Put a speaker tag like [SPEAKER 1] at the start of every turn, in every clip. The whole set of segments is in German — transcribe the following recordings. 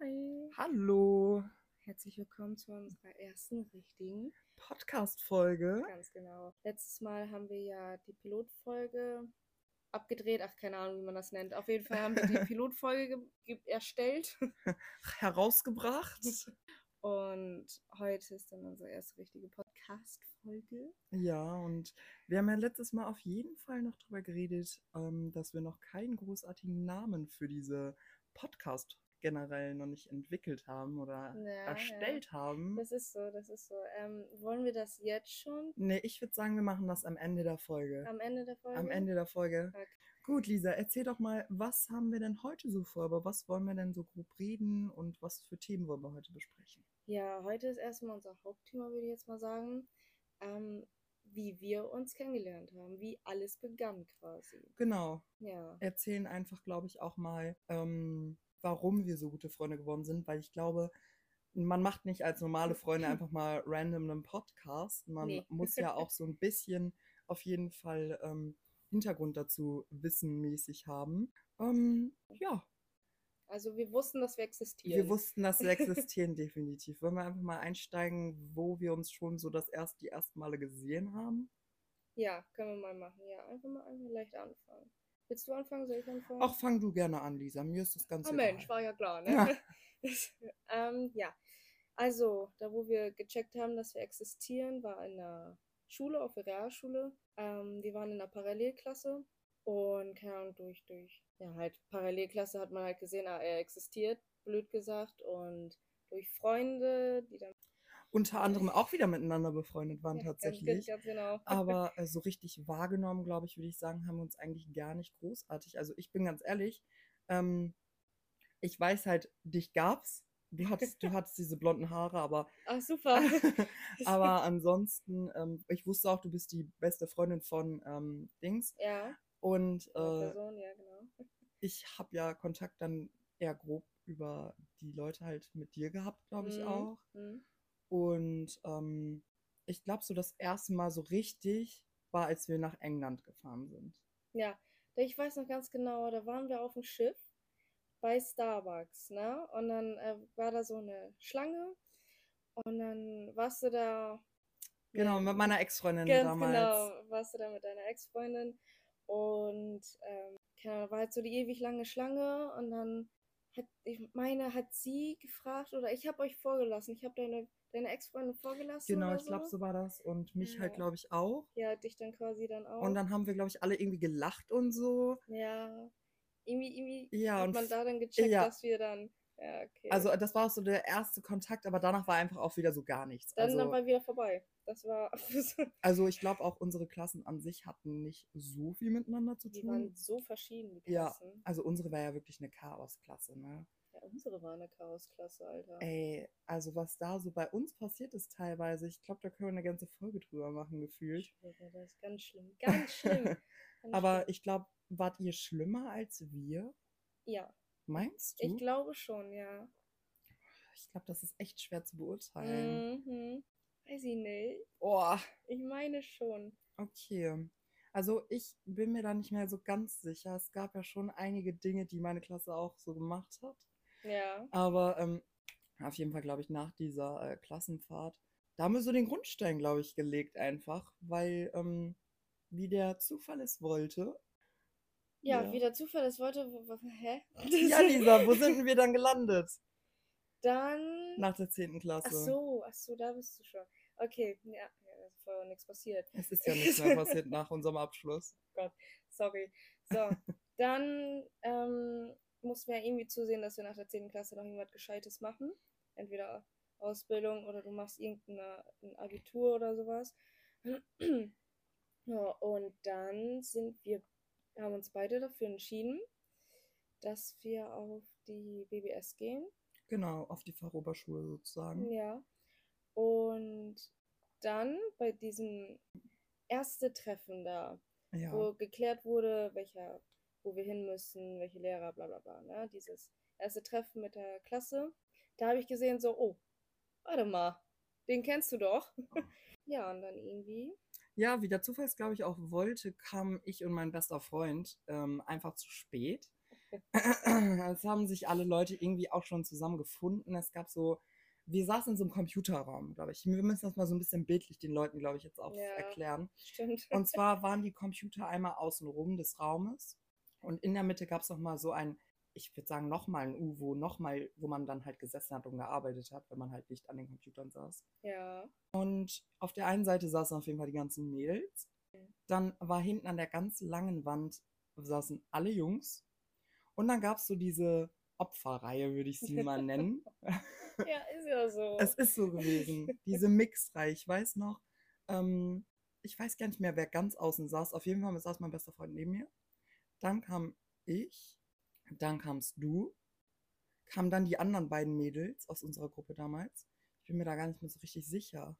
[SPEAKER 1] Hi.
[SPEAKER 2] Hallo,
[SPEAKER 1] Herzlich willkommen zu unserer ersten richtigen.
[SPEAKER 2] Podcast-Folge.
[SPEAKER 1] Ganz genau. Letztes Mal haben wir ja die Pilotfolge abgedreht. Ach, keine Ahnung, wie man das nennt. Auf jeden Fall haben wir die Pilotfolge ge- ge- erstellt.
[SPEAKER 2] Herausgebracht.
[SPEAKER 1] Und heute ist dann unsere erste richtige Podcast-Folge.
[SPEAKER 2] Ja, und wir haben ja letztes Mal auf jeden Fall noch drüber geredet, ähm, dass wir noch keinen großartigen Namen für diese Podcast generell noch nicht entwickelt haben oder
[SPEAKER 1] Ja, ja.
[SPEAKER 2] erstellt haben.
[SPEAKER 1] Das ist so, das ist so. Ähm, wollen wir das jetzt schon?
[SPEAKER 2] Nee, ich würde sagen, wir machen das am Ende der Folge.
[SPEAKER 1] Am Ende der Folge?
[SPEAKER 2] Am Ende der Folge.
[SPEAKER 1] Okay.
[SPEAKER 2] Gut, Lisa, erzähl doch mal, was haben wir denn heute so vor? Über was wollen wir denn so grob reden und was für Themen wollen wir heute besprechen?
[SPEAKER 1] Ja, heute ist erstmal unser Hauptthema, würde ich jetzt mal sagen. Ähm, wie wir uns kennengelernt haben, wie alles begann quasi.
[SPEAKER 2] Genau,
[SPEAKER 1] Ja.
[SPEAKER 2] erzählen einfach, glaube ich, auch mal, ähm, warum wir so gute Freunde geworden sind, weil ich glaube, man macht nicht als normale Freunde einfach mal random einen Podcast. Man
[SPEAKER 1] Nee.
[SPEAKER 2] muss ja auch so ein bisschen auf jeden Fall ähm, Hintergrund dazu wissenmäßig haben. Ähm, ja,
[SPEAKER 1] Also wir wussten, dass wir existieren.
[SPEAKER 2] wir wussten, dass wir existieren, definitiv. Wollen wir einfach mal einsteigen, wo wir uns schon so das erst, die ersten Male gesehen haben?
[SPEAKER 1] Ja, können wir mal machen. Ja, einfach mal einfach leicht anfangen. Willst du anfangen? Soll ich anfangen?
[SPEAKER 2] Auch fang du gerne an, Lisa. Mir ist das ganz
[SPEAKER 1] Ah, Mensch, war ja klar, ne?
[SPEAKER 2] Ja.
[SPEAKER 1] ähm, ja. Also, da wo wir gecheckt haben, dass wir existieren, war in der Schule, auf der Realschule. Ähm, wir waren in einer Parallelklasse und keine Ahnung, durch, durch. Ja, halt, Parallelklasse hat man halt gesehen, ah, er existiert, blöd gesagt. Und durch Freunde, die dann
[SPEAKER 2] Unter anderem auch wieder miteinander befreundet waren
[SPEAKER 1] Ja, ganz-
[SPEAKER 2] tatsächlich.
[SPEAKER 1] Ganz, ganz genau.
[SPEAKER 2] Aber äh, so richtig wahrgenommen, glaube ich, würde ich sagen, haben wir uns eigentlich gar nicht großartig. Also ich bin ganz ehrlich, ähm, ich weiß halt, dich gab's. Du hattest, du hattest diese blonden Haare, aber,
[SPEAKER 1] Ach, super.
[SPEAKER 2] aber ansonsten, ähm, ich wusste auch, du bist die beste Freundin von ähm, Dings.
[SPEAKER 1] ja,
[SPEAKER 2] Und
[SPEAKER 1] eine
[SPEAKER 2] äh,
[SPEAKER 1] Person, ja, genau.
[SPEAKER 2] ich habe ja Kontakt dann eher grob über die Leute halt mit dir gehabt, glaube ich
[SPEAKER 1] Mhm.
[SPEAKER 2] auch.
[SPEAKER 1] Mhm.
[SPEAKER 2] Und ähm, ich glaube, so das erste Mal so richtig war, als wir nach England gefahren sind.
[SPEAKER 1] Ja, da- ich weiß noch ganz genau, da waren wir auf dem Schiff bei Starbucks, ne? Und dann äh, war da so eine Schlange und dann warst du da
[SPEAKER 2] Genau, mit
[SPEAKER 1] mit-
[SPEAKER 2] meiner Ex-Freundin
[SPEAKER 1] ganz
[SPEAKER 2] damals.
[SPEAKER 1] genau, warst du da mit deiner Ex-Freundin und ähm, keine Ahnung, war halt so die ewig lange Schlange und dann hat, ich meine, hat sie gefragt oder ich habe euch vorgelassen, ich habe deine, deine Ex-Freundin vorgelassen
[SPEAKER 2] Genau,
[SPEAKER 1] oder
[SPEAKER 2] ich glaube, so war das. Und mich halt,
[SPEAKER 1] Ja.
[SPEAKER 2] glaube ich, auch.
[SPEAKER 1] Ja, dich dann quasi dann auch.
[SPEAKER 2] Und dann haben wir, glaube ich, alle irgendwie gelacht und so.
[SPEAKER 1] Ja, irgendwie, irgendwie
[SPEAKER 2] Ja,
[SPEAKER 1] hat
[SPEAKER 2] und
[SPEAKER 1] man
[SPEAKER 2] f-
[SPEAKER 1] da dann gecheckt,
[SPEAKER 2] ja.
[SPEAKER 1] dass wir dann. Ja, okay.
[SPEAKER 2] also das war auch so der erste Kontakt, aber danach war einfach auch wieder so gar nichts.
[SPEAKER 1] dann,
[SPEAKER 2] also,
[SPEAKER 1] dann war wieder vorbei. Das war. die
[SPEAKER 2] also ich glaube auch unsere Klassen an sich hatten nicht so viel miteinander zu
[SPEAKER 1] waren
[SPEAKER 2] tun.
[SPEAKER 1] so verschieden, die
[SPEAKER 2] Ja.
[SPEAKER 1] Klassen.
[SPEAKER 2] Also unsere war ja wirklich eine Chaosklasse, ne?
[SPEAKER 1] Ja, unsere war eine Chaosklasse, Alter.
[SPEAKER 2] Ey, also was da so bei uns passiert ist teilweise, ich glaube, da können wir eine ganze Folge drüber machen, gefühlt.
[SPEAKER 1] Ich schwöre, das ist ganz schlimm. Ganz schlimm. Ganz
[SPEAKER 2] Aber
[SPEAKER 1] schlimm.
[SPEAKER 2] ich glaube, wart ihr schlimmer als wir?
[SPEAKER 1] Ja,
[SPEAKER 2] Meinst du?
[SPEAKER 1] ich glaube schon, ja.
[SPEAKER 2] Ich glaube, das ist echt schwer zu beurteilen.
[SPEAKER 1] Mhm. Weiß ich nicht.
[SPEAKER 2] Oh,
[SPEAKER 1] Ich meine schon.
[SPEAKER 2] okay. Also ich bin mir da nicht mehr so ganz sicher. Es gab ja schon einige Dinge, die meine Klasse auch so gemacht hat.
[SPEAKER 1] Ja.
[SPEAKER 2] Aber ähm, auf jeden Fall, glaube ich, nach dieser äh, Klassenfahrt, da haben wir so den Grundstein, glaube ich, gelegt einfach, weil ähm, wie der Zufall es wollte.
[SPEAKER 1] Ja,
[SPEAKER 2] Ja.
[SPEAKER 1] wie der Zufall das wollte. wo- wo- Hä?
[SPEAKER 2] Ja, Lisa, wo sind wir dann gelandet?
[SPEAKER 1] Dann.
[SPEAKER 2] Nach der 10. Klasse.
[SPEAKER 1] Ach so, ach so, da bist du schon. Okay, ja, ja da ist vorher nichts passiert.
[SPEAKER 2] Es ist ja nichts mehr passiert nach unserem Abschluss.
[SPEAKER 1] Sorry. So, dann ähm, mussten wir irgendwie zusehen, dass wir nach der 10. Klasse noch irgendwas Gescheites machen. Entweder Ausbildung oder du machst irgendein ein Abitur oder sowas. Ja, und dann sind wir, haben uns beide dafür entschieden, dass wir auf die BBS gehen.
[SPEAKER 2] Genau, auf die Fachoberschule sozusagen.
[SPEAKER 1] Ja. Und dann bei diesem erste Treffen da,
[SPEAKER 2] Ja.
[SPEAKER 1] wo geklärt wurde, welcher, wo wir hin müssen, welche Lehrer, bla bla bla, ne? Dieses erste Treffen mit der Klasse. Da habe ich gesehen, so, oh, warte mal, den kennst du doch. ja, und dann irgendwie.
[SPEAKER 2] Ja, wie der Zufall es, glaube ich, auch wollte, kam ich und mein bester Freund ähm, einfach zu spät. es haben sich alle Leute irgendwie auch schon zusammengefunden. Es gab so, wir saßen in so einem Computerraum, glaube ich. Wir müssen das mal so ein bisschen bildlich den Leuten, glaube ich, jetzt auch
[SPEAKER 1] Ja.
[SPEAKER 2] erklären.
[SPEAKER 1] Stimmt.
[SPEAKER 2] Und zwar waren die Computer einmal außenrum des Raumes und in der Mitte gab es nochmal so ein, ich würde sagen, nochmal ein UVO, nochmal, wo man dann halt gesessen hat und gearbeitet hat, wenn man halt nicht an den Computern saß.
[SPEAKER 1] Ja.
[SPEAKER 2] Und auf der einen Seite saßen auf jeden Fall die ganzen Mädels. Dann war hinten an der ganz langen Wand saßen alle Jungs. Und dann gab es so diese Opferreihe, würde ich sie mal nennen.
[SPEAKER 1] Ja, ist ja so.
[SPEAKER 2] Es ist so gewesen. Diese Mixreihe. Ich weiß noch, ähm, ich weiß gar nicht mehr, wer ganz außen saß. Auf jeden Fall saß mein bester Freund neben mir. Dann kam ich. Dann kamst du. Kamen dann die anderen beiden Mädels aus unserer Gruppe damals. Ich bin mir da gar nicht mehr so richtig sicher.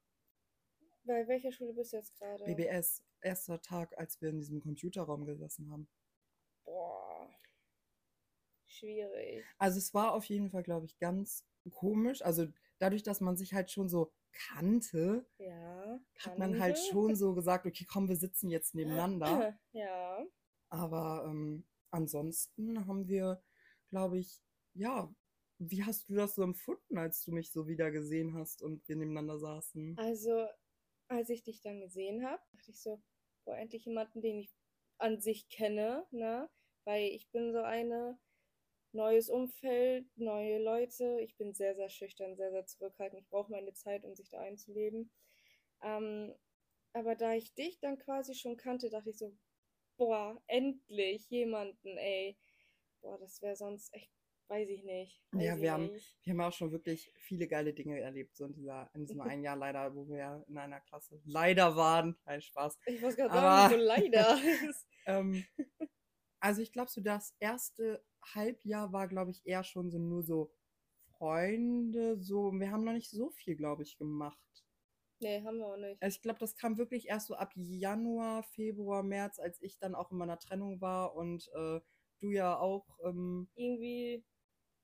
[SPEAKER 1] Bei welcher Schule bist du jetzt gerade?
[SPEAKER 2] BBS, erster Tag, als wir in diesem Computerraum gesessen haben.
[SPEAKER 1] Boah. Schwierig.
[SPEAKER 2] Also es war auf jeden Fall, glaube ich, ganz komisch. Also dadurch, dass man sich halt schon so kannte,
[SPEAKER 1] Ja.
[SPEAKER 2] hat man halt
[SPEAKER 1] Kannte.
[SPEAKER 2] schon so gesagt, okay, komm, wir sitzen jetzt nebeneinander.
[SPEAKER 1] Ja.
[SPEAKER 2] Aber ähm, ansonsten haben wir, glaube ich, ja, wie hast du das so empfunden, als du mich so wieder gesehen hast und wir nebeneinander saßen?
[SPEAKER 1] Also, als ich dich dann gesehen habe, dachte ich so, boah, endlich jemanden, den ich an sich kenne, ne? Weil ich bin so eine, neues Umfeld, neue Leute. Ich bin sehr, sehr schüchtern, sehr, sehr zurückhaltend. Ich brauche meine Zeit, um sich da einzuleben. Ähm, aber da ich dich dann quasi schon kannte, dachte ich so, boah, endlich jemanden, ey. Boah, das wäre sonst echt, weiß ich nicht. Weiß
[SPEAKER 2] Ja,
[SPEAKER 1] ich
[SPEAKER 2] wir haben-
[SPEAKER 1] nicht.
[SPEAKER 2] Wir haben ja auch schon wirklich viele geile Dinge erlebt, so in, dieser, in diesem einen Jahr leider, wo wir ja in einer Klasse leider waren. Kein Spaß.
[SPEAKER 1] Ich muss gerade
[SPEAKER 2] Aber-
[SPEAKER 1] sagen, so leider.
[SPEAKER 2] Ähm, also ich glaube, so das erste Halbjahr war, glaube ich, eher schon so nur so Freunde, so. Wir haben noch nicht so viel, glaube ich, gemacht.
[SPEAKER 1] nee, haben wir auch nicht.
[SPEAKER 2] Also ich glaube, das kam wirklich erst so ab Januar, Februar, März, als ich dann auch in meiner Trennung war und äh, du ja auch. Ähm,
[SPEAKER 1] irgendwie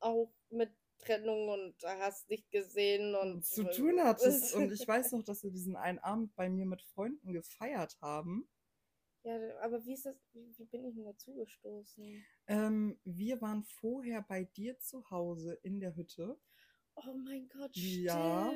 [SPEAKER 1] auch mit Trennung und hast dich gesehen und
[SPEAKER 2] zu tun hattest. Und ich weiß noch, dass wir diesen einen Abend bei mir mit Freunden gefeiert haben.
[SPEAKER 1] ja, aber wie ist das, wie, wie bin ich denn dazu gestoßen?
[SPEAKER 2] Ähm, wir waren vorher bei dir zu Hause in der Hütte
[SPEAKER 1] Oh mein Gott, stimmt.
[SPEAKER 2] Ja.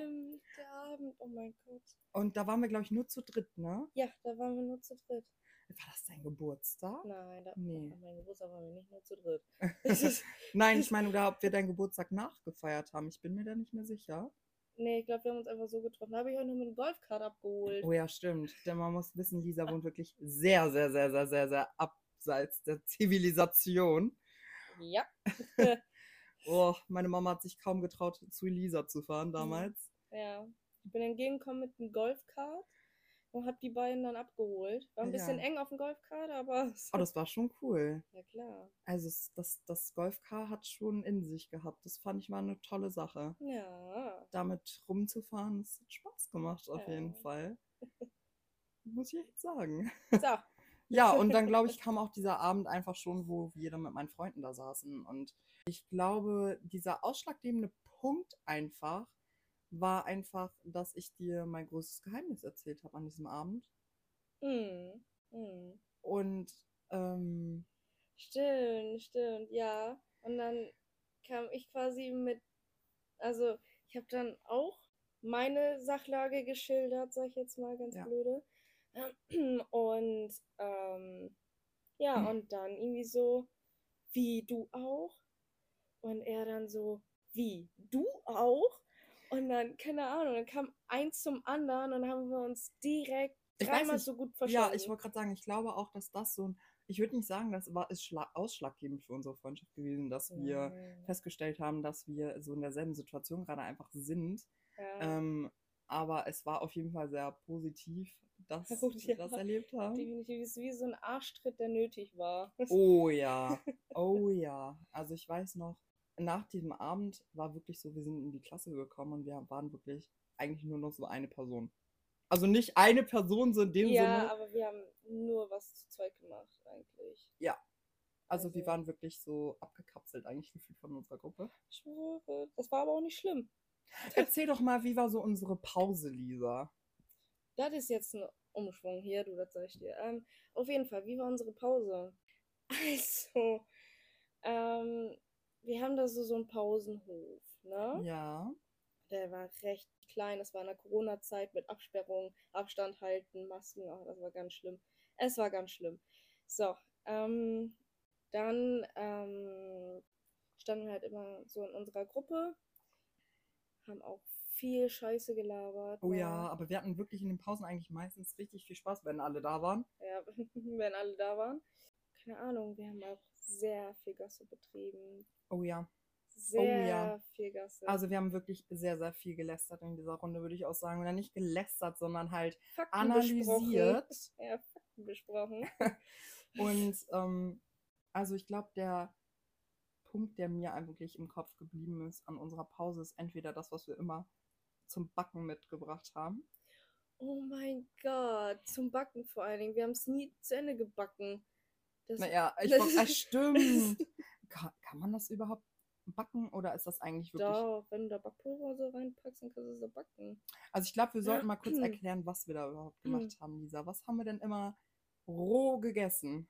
[SPEAKER 1] Der Abend, oh mein Gott.
[SPEAKER 2] und da waren wir, glaube ich, nur zu dritt, ne?
[SPEAKER 1] Ja, da waren wir nur zu dritt.
[SPEAKER 2] War das dein Geburtstag?
[SPEAKER 1] Nein, da,
[SPEAKER 2] Nee.
[SPEAKER 1] an meinem Geburtstag waren wir nicht nur zu dritt.
[SPEAKER 2] Nein, ich meine, oder ob wir deinen Geburtstag nachgefeiert haben. Ich bin mir da nicht mehr sicher.
[SPEAKER 1] nee, ich glaube, wir haben uns einfach so getroffen. Da habe ich auch noch mit einem Golfkart abgeholt.
[SPEAKER 2] Oh ja, stimmt. Denn man muss wissen, Lisa wohnt wirklich sehr, sehr, sehr, sehr, sehr, sehr abseits der Zivilisation.
[SPEAKER 1] ja.
[SPEAKER 2] Oh, meine Mama hat sich kaum getraut, zu Lisa zu fahren damals.
[SPEAKER 1] Ja, ich bin entgegengekommen mit einem Golfkart und habe die beiden dann abgeholt. War ein
[SPEAKER 2] Ja.
[SPEAKER 1] bisschen eng auf dem Golfkart, aber so.
[SPEAKER 2] Oh, das war schon cool.
[SPEAKER 1] ja klar.
[SPEAKER 2] Also es- das, das Golfcar hat schon in sich gehabt. Das fand ich war eine tolle Sache.
[SPEAKER 1] Ja,
[SPEAKER 2] Damit rumzufahren, es hat Spaß gemacht auf jeden
[SPEAKER 1] Ja.
[SPEAKER 2] Fall. Muss ich echt sagen.
[SPEAKER 1] so.
[SPEAKER 2] Ja, und dann glaube ich, kam auch dieser Abend einfach schon, wo wir dann mit meinen Freunden da saßen. Und ich glaube, dieser ausschlaggebende Punkt einfach war einfach, dass ich dir mein großes Geheimnis erzählt habe an diesem Abend.
[SPEAKER 1] Mm, mm.
[SPEAKER 2] Und ähm,
[SPEAKER 1] Stimmt, stimmt, ja. Und dann kam ich quasi mit, also ich habe dann auch meine Sachlage geschildert, sag ich jetzt mal ganz
[SPEAKER 2] Ja.
[SPEAKER 1] blöde. Und ähm,
[SPEAKER 2] Hm.
[SPEAKER 1] ja, und dann irgendwie so, wie du auch. Und er dann so, wie du auch. Und dann, keine Ahnung, dann kam eins zum anderen und dann haben wir uns direkt
[SPEAKER 2] Ich weiß
[SPEAKER 1] dreimal
[SPEAKER 2] nicht.
[SPEAKER 1] so gut
[SPEAKER 2] ja,
[SPEAKER 1] verstanden.
[SPEAKER 2] ich wollte gerade sagen, ich glaube auch, dass das so ein, ich würde nicht sagen, das war ist schla- ausschlaggebend für unsere Freundschaft gewesen, dass wir
[SPEAKER 1] Nein.
[SPEAKER 2] festgestellt haben, dass wir so in derselben Situation gerade einfach sind.
[SPEAKER 1] Ja.
[SPEAKER 2] Ähm, aber es war auf jeden Fall sehr positiv, dass
[SPEAKER 1] Oh ja,
[SPEAKER 2] wir das erlebt haben.
[SPEAKER 1] Definitiv ist wie so ein Arschtritt, der nötig war.
[SPEAKER 2] Oh ja, oh ja. Also ich weiß noch, nach diesem Abend war wirklich so, wir sind in die Klasse gekommen und wir waren wirklich eigentlich nur noch so eine Person. Also nicht eine Person so in dem
[SPEAKER 1] ja,
[SPEAKER 2] Sinne.
[SPEAKER 1] aber wir haben nur was zu zweit gemacht, eigentlich.
[SPEAKER 2] Also wir
[SPEAKER 1] also-
[SPEAKER 2] waren wirklich so abgekapselt eigentlich gefühlt von unserer Gruppe.
[SPEAKER 1] Ich schwöre, das war aber auch nicht schlimm.
[SPEAKER 2] Erzähl doch mal, wie war so unsere Pause, Lisa?
[SPEAKER 1] Das ist jetzt ein Umschwung hier, du, das sag ich dir. Ähm, auf jeden Fall, wie war unsere Pause? Also, Ähm, wir haben da so, so einen Pausenhof, ne?
[SPEAKER 2] Ja.
[SPEAKER 1] Der war recht klein, das war in der Corona-Zeit mit Absperrung, Abstand halten, Masken, oh, das war ganz schlimm. Es war ganz schlimm. So, ähm, dann ähm, standen wir halt immer so in unserer Gruppe, haben auch viel Scheiße gelabert.
[SPEAKER 2] Oh
[SPEAKER 1] ne?
[SPEAKER 2] ja, aber wir hatten wirklich in den Pausen eigentlich meistens richtig viel Spaß, wenn alle da waren.
[SPEAKER 1] Ja, wenn alle da waren. Keine Ahnung, wir haben auch sehr viel Gasse betrieben.
[SPEAKER 2] Oh ja.
[SPEAKER 1] Sehr
[SPEAKER 2] ja.
[SPEAKER 1] viel Gasse.
[SPEAKER 2] Also wir haben wirklich sehr, sehr viel gelästert in dieser Runde, würde ich auch sagen. Oder nicht gelästert, sondern halt
[SPEAKER 1] Fakten
[SPEAKER 2] analysiert.
[SPEAKER 1] Besprochen. Ja, Fakten besprochen.
[SPEAKER 2] Und ähm, also ich glaube, der Punkt, der mir wirklich im Kopf geblieben ist an unserer Pause, ist entweder das, was wir immer zum Backen mitgebracht haben.
[SPEAKER 1] Oh mein Gott, zum Backen vor allen Dingen. Wir haben es nie zu Ende gebacken. Das,
[SPEAKER 2] Naja, ich
[SPEAKER 1] das
[SPEAKER 2] glaub, ah,
[SPEAKER 1] ist-
[SPEAKER 2] stimmt. Kann, kann man das überhaupt backen oder ist das eigentlich wirklich?
[SPEAKER 1] Doch, wenn du da Backpulver so reinpackst, dann kannst du es so backen.
[SPEAKER 2] Also ich glaube, wir sollten mal kurz erklären, was wir da überhaupt
[SPEAKER 1] Hm.
[SPEAKER 2] gemacht haben, Lisa. Was haben wir denn immer roh gegessen?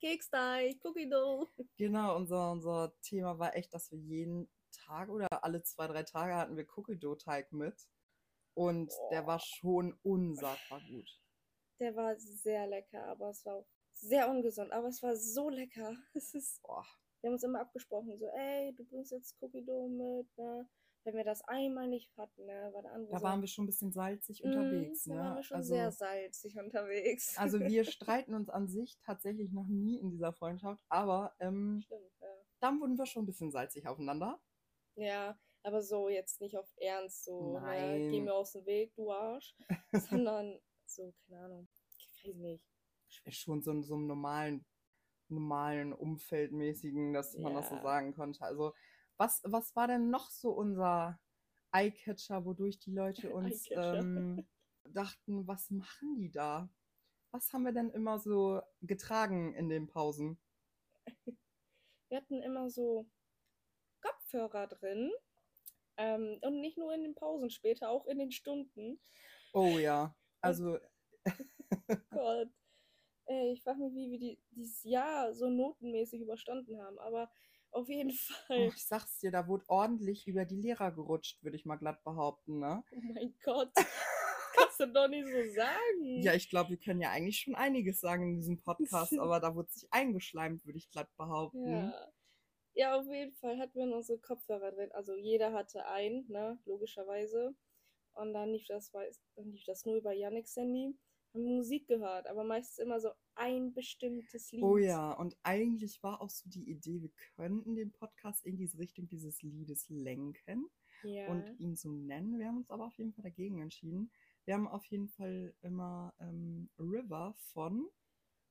[SPEAKER 1] Keksteig, Cookie Dough.
[SPEAKER 2] Genau, unser, unser Thema war echt, dass wir jeden Tag oder alle zwei, drei Tage hatten wir Cookie Dough Teig mit. Und der war schon unsagbar gut.
[SPEAKER 1] Der war sehr lecker, aber es war auch sehr ungesund. Aber es war so lecker. Es ist
[SPEAKER 2] Boah.
[SPEAKER 1] Wir haben uns immer abgesprochen, so, ey, du bringst jetzt Cookie Dough mit, ne? Wenn wir das einmal nicht hatten, ne, war der andere
[SPEAKER 2] Da
[SPEAKER 1] so,
[SPEAKER 2] waren wir schon ein bisschen salzig
[SPEAKER 1] "Mm,
[SPEAKER 2] unterwegs.
[SPEAKER 1] Da
[SPEAKER 2] Ne?
[SPEAKER 1] waren wir schon
[SPEAKER 2] also,
[SPEAKER 1] sehr salzig unterwegs.
[SPEAKER 2] also wir streiten uns an sich tatsächlich noch nie in dieser Freundschaft, aber ähm,
[SPEAKER 1] Stimmt, ja.
[SPEAKER 2] dann wurden wir schon ein bisschen salzig aufeinander.
[SPEAKER 1] ja, aber so jetzt nicht auf Ernst, so, ne, geh
[SPEAKER 2] Nein.
[SPEAKER 1] mir aus dem Weg, du Arsch, sondern so, keine Ahnung, ich weiß nicht.
[SPEAKER 2] Schon so in so einem normalen, normalen, umfeldmäßigen, dass man das so
[SPEAKER 1] Ja.
[SPEAKER 2] sagen konnte. Also, was, was war denn noch so unser Eyecatcher, wodurch die Leute uns
[SPEAKER 1] Eyecatcher.
[SPEAKER 2] ähm, dachten, was machen die da? Was haben wir denn immer so getragen in den Pausen?
[SPEAKER 1] Wir hatten immer so Kopfhörer drin. Ähm, und nicht nur in den Pausen später, auch in den Stunden.
[SPEAKER 2] Oh ja, also
[SPEAKER 1] Oh Gott. Ey, ich frage mich, wie wir die, dieses Jahr so notenmäßig überstanden haben. Aber auf jeden
[SPEAKER 2] oh,
[SPEAKER 1] Fall,
[SPEAKER 2] ich sag's dir, da wurde ordentlich über die Lehrer gerutscht, würde ich mal glatt behaupten, ne?
[SPEAKER 1] oh mein Gott, kannst du doch nicht so sagen.
[SPEAKER 2] Ja, ich glaube, wir können ja eigentlich schon einiges sagen in diesem Podcast, aber da wurde sich eingeschleimt, würde ich glatt behaupten.
[SPEAKER 1] ja. ja, auf jeden Fall hatten wir unsere Kopfhörer drin. Also jeder hatte einen, ne, logischerweise. Und dann lief das, weiß- dann lief das nur über Yannicks Handy. Haben Musik gehört, aber meistens immer so ein bestimmtes Lied.
[SPEAKER 2] Oh ja, und eigentlich war auch so die Idee, wir könnten den Podcast in diese Richtung dieses Liedes lenken
[SPEAKER 1] ja.
[SPEAKER 2] und ihn so nennen. Wir haben uns aber auf jeden Fall dagegen entschieden. Wir haben auf jeden Fall immer ähm, River von,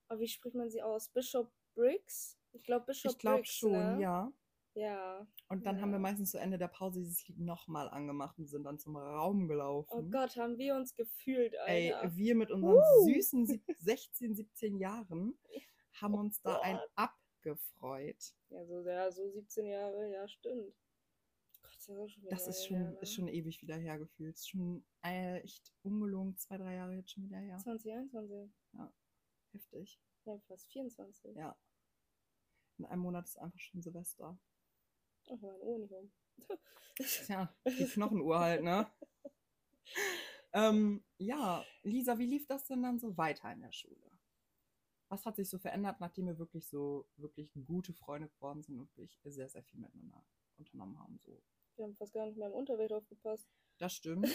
[SPEAKER 1] Aber wie spricht man sie aus? Bishop Briggs? Ich glaube, Bishop
[SPEAKER 2] ich glaube
[SPEAKER 1] Briggs.
[SPEAKER 2] schon,
[SPEAKER 1] ne?
[SPEAKER 2] ja.
[SPEAKER 1] Ja.
[SPEAKER 2] Und dann haben wir
[SPEAKER 1] Ja.
[SPEAKER 2] meistens zu Ende der Pause dieses Lied nochmal angemacht und sind dann zum Raum gelaufen.
[SPEAKER 1] Oh Gott, haben wir uns gefühlt,
[SPEAKER 2] Mhm. Ey,
[SPEAKER 1] Alter.
[SPEAKER 2] wir mit unseren
[SPEAKER 1] Uh.
[SPEAKER 2] süßen sieb- 16, 17 Jahren haben
[SPEAKER 1] Oh
[SPEAKER 2] uns da ein
[SPEAKER 1] Gott.
[SPEAKER 2] abgefreut.
[SPEAKER 1] ja, so, ja, so 17 Jahre, ja, stimmt. Gott, das ist auch schon wieder
[SPEAKER 2] Das ist
[SPEAKER 1] lange
[SPEAKER 2] schon,
[SPEAKER 1] her,
[SPEAKER 2] ist
[SPEAKER 1] ne?
[SPEAKER 2] schon ewig wieder hergefühlt. Ist schon äh, echt ungelogen, zwei, drei Jahre jetzt schon wieder her.
[SPEAKER 1] 2021.
[SPEAKER 2] Heftig.
[SPEAKER 1] Ja, fast 24.
[SPEAKER 2] Ja. In einem Monat ist einfach schon Silvester.
[SPEAKER 1] Ach, meine Uhr nicht um.
[SPEAKER 2] Tja, die Knochenuhr halt, ne? ähm, ja, Lisa, wie lief das denn dann so weiter in der Schule? Was hat sich so verändert, nachdem wir wirklich so, wirklich gute Freunde geworden sind und wirklich sehr, sehr viel miteinander unternommen haben? So.
[SPEAKER 1] Wir haben fast gar nicht mehr im Unterricht aufgepasst.
[SPEAKER 2] Das stimmt.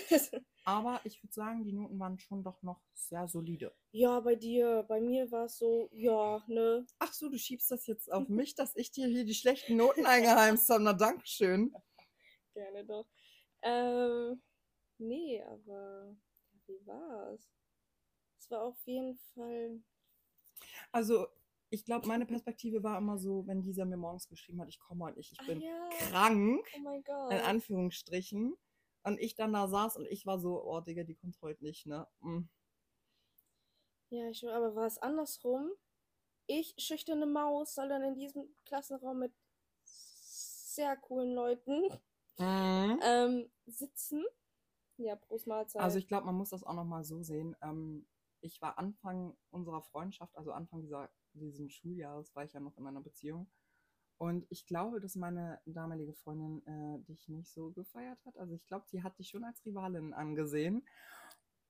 [SPEAKER 2] Aber ich würde sagen, die Noten waren schon doch noch sehr solide.
[SPEAKER 1] ja, bei dir, bei mir war es so, ja, ne?
[SPEAKER 2] Ach so, du schiebst das jetzt auf mich, dass ich dir hier die schlechten Noten eingeheimst habe. Na, Dankeschön.
[SPEAKER 1] Gerne doch. Ähm, nee, aber wie war's? Es war auf jeden Fall.
[SPEAKER 2] Also, ich glaube, meine Perspektive war immer so, wenn Lisa mir morgens geschrieben hat, ich komme heute nicht, ich
[SPEAKER 1] Ah
[SPEAKER 2] bin
[SPEAKER 1] ja,
[SPEAKER 2] krank,
[SPEAKER 1] oh mein Gott.
[SPEAKER 2] in Anführungsstrichen. Und ich dann da saß und ich war so, oh Digga, die kommt heute nicht, ne? Mm.
[SPEAKER 1] Ja, ich, schwör, aber war es andersrum? Ich, schüchterne Maus, soll dann in diesem Klassenraum mit sehr coolen Leuten
[SPEAKER 2] Mhm.
[SPEAKER 1] ähm, sitzen. Ja, Prost Mahlzeit.
[SPEAKER 2] Also ich glaube, man muss das auch nochmal so sehen. Ähm, ich war Anfang unserer Freundschaft, also Anfang dieser, dieses Schuljahres, war ich ja noch in einer Beziehung. Und ich glaube, dass meine damalige Freundin äh, dich nicht so gefeiert hat. Also ich glaube, die hat dich schon als Rivalin angesehen.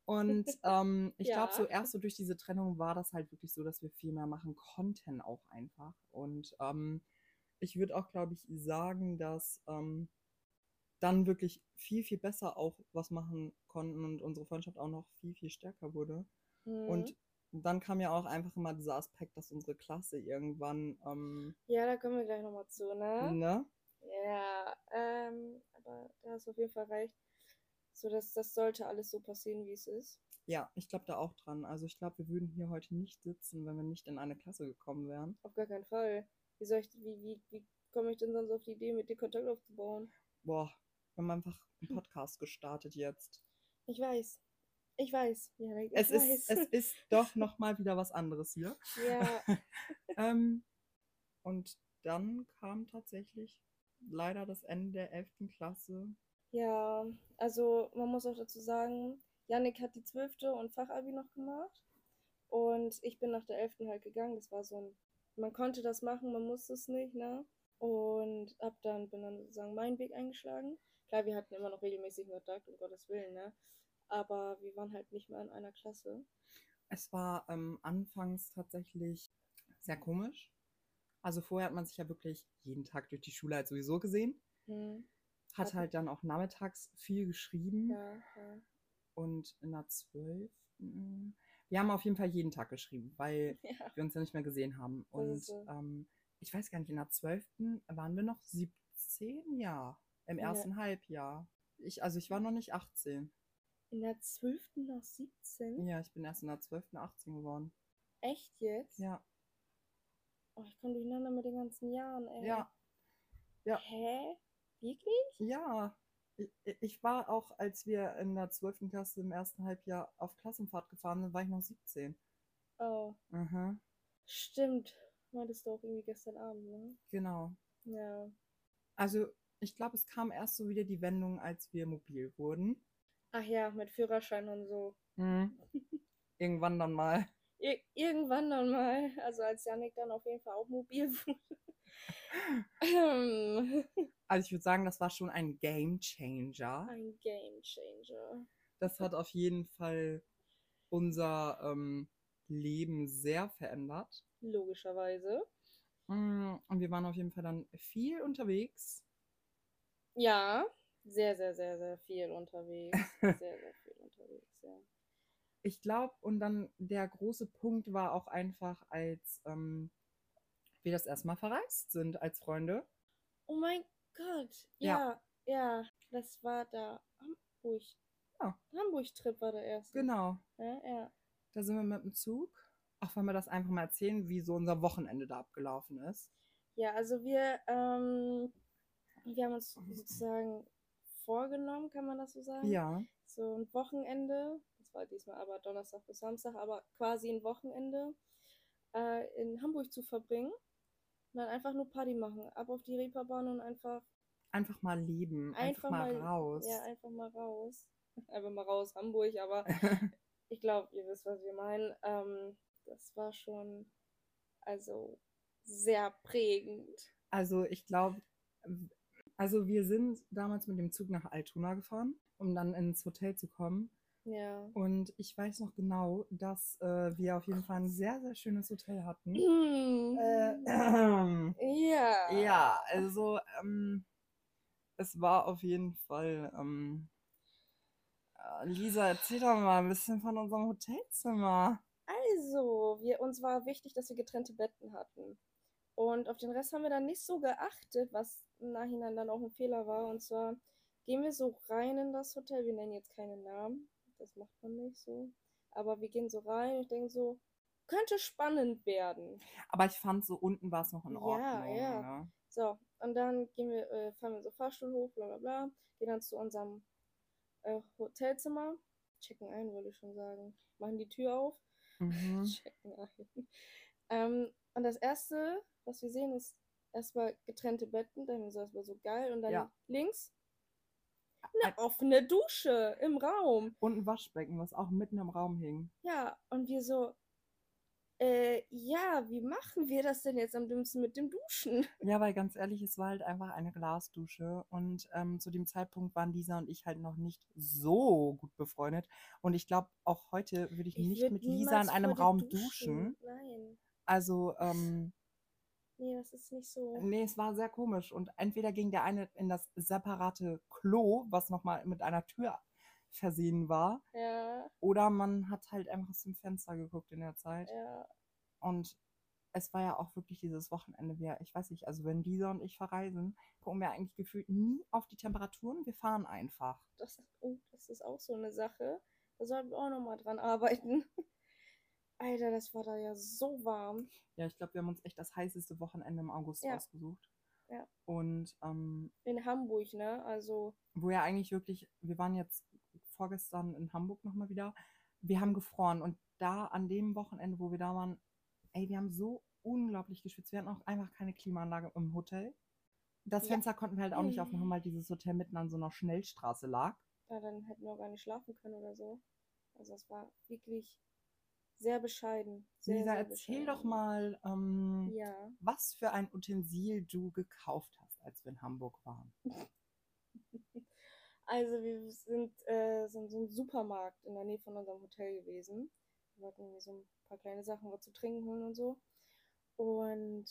[SPEAKER 2] Und ähm, ich
[SPEAKER 1] Ja.
[SPEAKER 2] glaube, so erst so durch diese Trennung war das halt wirklich so, dass wir viel mehr machen konnten, auch einfach. Und ähm, ich würde auch, glaube ich, sagen, dass ähm, dann wirklich viel, viel besser auch was machen konnten und unsere Freundschaft auch noch viel, viel stärker wurde.
[SPEAKER 1] Mhm. Hm.
[SPEAKER 2] Und dann kam ja auch einfach immer dieser Aspekt, dass unsere Klasse irgendwann, ähm,
[SPEAKER 1] ja, da kommen wir gleich nochmal zu, ne?
[SPEAKER 2] ne?
[SPEAKER 1] Ja, ähm, aber da hast du auf jeden Fall recht. So, dass das sollte alles so passieren, wie es ist.
[SPEAKER 2] Ja, ich glaube da auch dran. Also ich glaube, wir würden hier heute nicht sitzen, wenn wir nicht in eine Klasse gekommen wären.
[SPEAKER 1] Auf gar keinen Fall. Wie soll ich, wie, wie, wie komme ich denn sonst auf die Idee, mit dir Kontakt aufzubauen?
[SPEAKER 2] Boah, wir haben einfach
[SPEAKER 1] Hm.
[SPEAKER 2] einen Podcast gestartet jetzt.
[SPEAKER 1] Ich weiß. Ich weiß. Ja, ich
[SPEAKER 2] Es
[SPEAKER 1] weiß.
[SPEAKER 2] ist, es ist doch nochmal wieder was anderes hier.
[SPEAKER 1] ja,
[SPEAKER 2] Ähm, und dann kam tatsächlich leider das Ende der 11. Klasse.
[SPEAKER 1] ja, also man muss auch dazu sagen, Yannick hat die 12. und Fachabi noch gemacht. Und ich bin nach der 11. halt gegangen. Das war so ein, man konnte das machen, man musste es nicht, ne? Und ab dann bin dann sozusagen meinen Weg eingeschlagen. Klar, wir hatten immer noch regelmäßigen Kontakt, um Gottes Willen, ne? Aber wir waren halt nicht mehr in einer Klasse.
[SPEAKER 2] Es war ähm, anfangs tatsächlich sehr komisch. Also vorher hat man sich ja wirklich jeden Tag durch die Schule halt sowieso gesehen.
[SPEAKER 1] Hm.
[SPEAKER 2] Hat
[SPEAKER 1] Okay.
[SPEAKER 2] halt dann auch nachmittags viel geschrieben.
[SPEAKER 1] Ja, ja.
[SPEAKER 2] Und in der 12. mm, Wir haben auf jeden Fall jeden Tag geschrieben, weil
[SPEAKER 1] ja.
[SPEAKER 2] wir uns ja nicht mehr gesehen haben.
[SPEAKER 1] Das
[SPEAKER 2] Und
[SPEAKER 1] ist so.
[SPEAKER 2] ähm, ich weiß gar nicht, in der 12. waren wir noch 17, ja. Im
[SPEAKER 1] Ja.
[SPEAKER 2] ersten Halbjahr. Ich, also ich war noch nicht 18.
[SPEAKER 1] In der 12. nach 17?
[SPEAKER 2] Ja, ich bin erst in der 12. 18 geworden.
[SPEAKER 1] Echt jetzt?
[SPEAKER 2] Ja.
[SPEAKER 1] Oh, ich komme durcheinander mit den ganzen Jahren, ey.
[SPEAKER 2] Ja. Ja.
[SPEAKER 1] Hä? Wirklich?
[SPEAKER 2] Ja. Ich, ich war auch, als wir in der 12. Klasse im ersten Halbjahr auf Klassenfahrt gefahren sind, war ich noch 17.
[SPEAKER 1] Oh,
[SPEAKER 2] Mhm.
[SPEAKER 1] stimmt. Meintest du auch irgendwie gestern Abend, ne?
[SPEAKER 2] Genau.
[SPEAKER 1] Ja.
[SPEAKER 2] Also ich glaube, es kam erst so wieder die Wendung, als wir mobil wurden.
[SPEAKER 1] Ach ja, mit Führerschein und so.
[SPEAKER 2] Irgendwann dann mal.
[SPEAKER 1] Ir irgendwann dann mal. Also als Janik dann auf jeden Fall auch mobil wurde. Ähm,
[SPEAKER 2] Also ich würde sagen, das war schon ein Game Changer.
[SPEAKER 1] Ein Game Changer.
[SPEAKER 2] Das hat auf jeden Fall unser ähm, Leben sehr verändert.
[SPEAKER 1] Logischerweise.
[SPEAKER 2] Mm, Und wir waren auf jeden Fall dann viel unterwegs.
[SPEAKER 1] Ja. Sehr, sehr, sehr, sehr viel unterwegs. Sehr, sehr viel unterwegs, ja.
[SPEAKER 2] Ich glaube, und dann der große Punkt war auch einfach, als ähm, wir das erstmal verreist sind als Freunde.
[SPEAKER 1] Oh mein Gott.
[SPEAKER 2] Ja.
[SPEAKER 1] Ja, ja. Das war da Hamburg.
[SPEAKER 2] Ja.
[SPEAKER 1] Hamburg-Trip war der erste.
[SPEAKER 2] Genau.
[SPEAKER 1] Ja, ja.
[SPEAKER 2] Da sind wir mit dem Zug. Auch wenn wir das einfach mal erzählen, wie so unser Wochenende da abgelaufen ist.
[SPEAKER 1] ja also wir, ähm, wir haben uns sozusagen vorgenommen, kann man das so sagen?
[SPEAKER 2] Ja.
[SPEAKER 1] So ein Wochenende. Das war diesmal aber Donnerstag bis Samstag, aber quasi ein Wochenende äh, in Hamburg zu verbringen. Und dann einfach nur Party machen. Ab auf die Reeperbahn und einfach,
[SPEAKER 2] Einfach mal leben. Einfach,
[SPEAKER 1] Einfach
[SPEAKER 2] mal,
[SPEAKER 1] mal-
[SPEAKER 2] raus.
[SPEAKER 1] ja, einfach mal raus. Einfach mal raus, Hamburg, aber ich glaube, ihr wisst, was wir meinen. Ähm, das war schon, also, sehr prägend.
[SPEAKER 2] also ich glaube, also wir sind damals mit dem Zug nach Altona gefahren, um dann ins Hotel zu kommen.
[SPEAKER 1] Ja.
[SPEAKER 2] Und ich weiß noch genau, dass äh, wir auf jeden Fall ein sehr, sehr schönes Hotel hatten.
[SPEAKER 1] Äh,
[SPEAKER 2] Äh,
[SPEAKER 1] ja.
[SPEAKER 2] ja, also ähm, es war auf jeden Fall. Ähm, äh, Lisa, erzähl doch mal ein bisschen von unserem Hotelzimmer.
[SPEAKER 1] Also, wir, uns war wichtig, dass wir getrennte Betten hatten. Und auf den Rest haben wir dann nicht so geachtet, was im Nachhinein dann auch ein Fehler war. Und zwar gehen wir so rein in das Hotel. Wir nennen jetzt keine Namen. Das macht man nicht so. Aber wir gehen so rein und ich denke so, könnte spannend werden.
[SPEAKER 2] Aber ich fand so unten war es noch in
[SPEAKER 1] Ja,
[SPEAKER 2] Ordnung.
[SPEAKER 1] ja.
[SPEAKER 2] Ne?
[SPEAKER 1] So, und dann gehen wir, äh, fahren wir unseren Fahrstuhl hoch, bla bla bla, gehen dann zu unserem äh, Hotelzimmer, checken ein, wollte ich schon sagen, machen die Tür auf,
[SPEAKER 2] Mhm.
[SPEAKER 1] checken ein. Ähm, und das erste, was wir sehen, ist erstmal getrennte Betten, dann ist das war so geil, und dann
[SPEAKER 2] Ja.
[SPEAKER 1] links eine offene Dusche im Raum.
[SPEAKER 2] Und ein Waschbecken, was auch mitten im Raum hing.
[SPEAKER 1] Ja, und wir so, äh, ja, wie machen wir das denn jetzt am dümmsten mit dem Duschen?
[SPEAKER 2] Ja, weil ganz ehrlich, es war halt einfach eine Glasdusche und ähm, zu dem Zeitpunkt waren Lisa und ich halt noch nicht so gut befreundet und ich glaube, auch heute würde ich, nicht
[SPEAKER 1] würd
[SPEAKER 2] mit Lisa
[SPEAKER 1] niemals
[SPEAKER 2] in einem
[SPEAKER 1] vor dir
[SPEAKER 2] Raum duschen.
[SPEAKER 1] Nein.
[SPEAKER 2] Also, ähm,
[SPEAKER 1] Nee, das ist nicht so.
[SPEAKER 2] nee, es war sehr komisch und entweder ging der eine in das separate Klo, was nochmal mit einer Tür versehen war,
[SPEAKER 1] Ja,
[SPEAKER 2] oder man hat halt einfach aus dem Fenster geguckt in der Zeit.
[SPEAKER 1] ja.
[SPEAKER 2] Und es war ja auch wirklich dieses Wochenende. Wir, ich weiß nicht, also wenn Lisa und ich verreisen, gucken wir eigentlich gefühlt nie auf die Temperaturen. Wir fahren einfach.
[SPEAKER 1] Das, oh, das ist auch so eine Sache. Da sollten wir auch nochmal dran arbeiten. Alter, das war da ja so warm.
[SPEAKER 2] Ja, ich glaube, wir haben uns echt das heißeste Wochenende im August
[SPEAKER 1] Ja.
[SPEAKER 2] ausgesucht.
[SPEAKER 1] Ja.
[SPEAKER 2] Und ähm,
[SPEAKER 1] In Hamburg, ne? Also,
[SPEAKER 2] wo ja eigentlich wirklich, wir waren jetzt vorgestern in Hamburg nochmal wieder, wir haben gefroren. Und da an dem Wochenende, wo wir da waren, ey, wir haben so unglaublich geschwitzt. Wir hatten auch einfach keine Klimaanlage im Hotel. Das
[SPEAKER 1] Ja.
[SPEAKER 2] Fenster konnten wir halt auch nicht aufmachen,
[SPEAKER 1] Mhm.
[SPEAKER 2] weil dieses Hotel mitten an so einer Schnellstraße lag.
[SPEAKER 1] ja, dann hätten wir auch gar nicht schlafen können oder so. Also, das war wirklich sehr bescheiden. Sehr,
[SPEAKER 2] Lisa,
[SPEAKER 1] sehr
[SPEAKER 2] erzähl
[SPEAKER 1] bescheiden.
[SPEAKER 2] doch mal, ähm,
[SPEAKER 1] Ja.
[SPEAKER 2] was für ein Utensil du gekauft hast, als wir in Hamburg waren.
[SPEAKER 1] Also wir sind äh, so in so einem Supermarkt in der Nähe von unserem Hotel gewesen. Wir wollten irgendwie so ein paar kleine Sachen was zu trinken holen und so. Und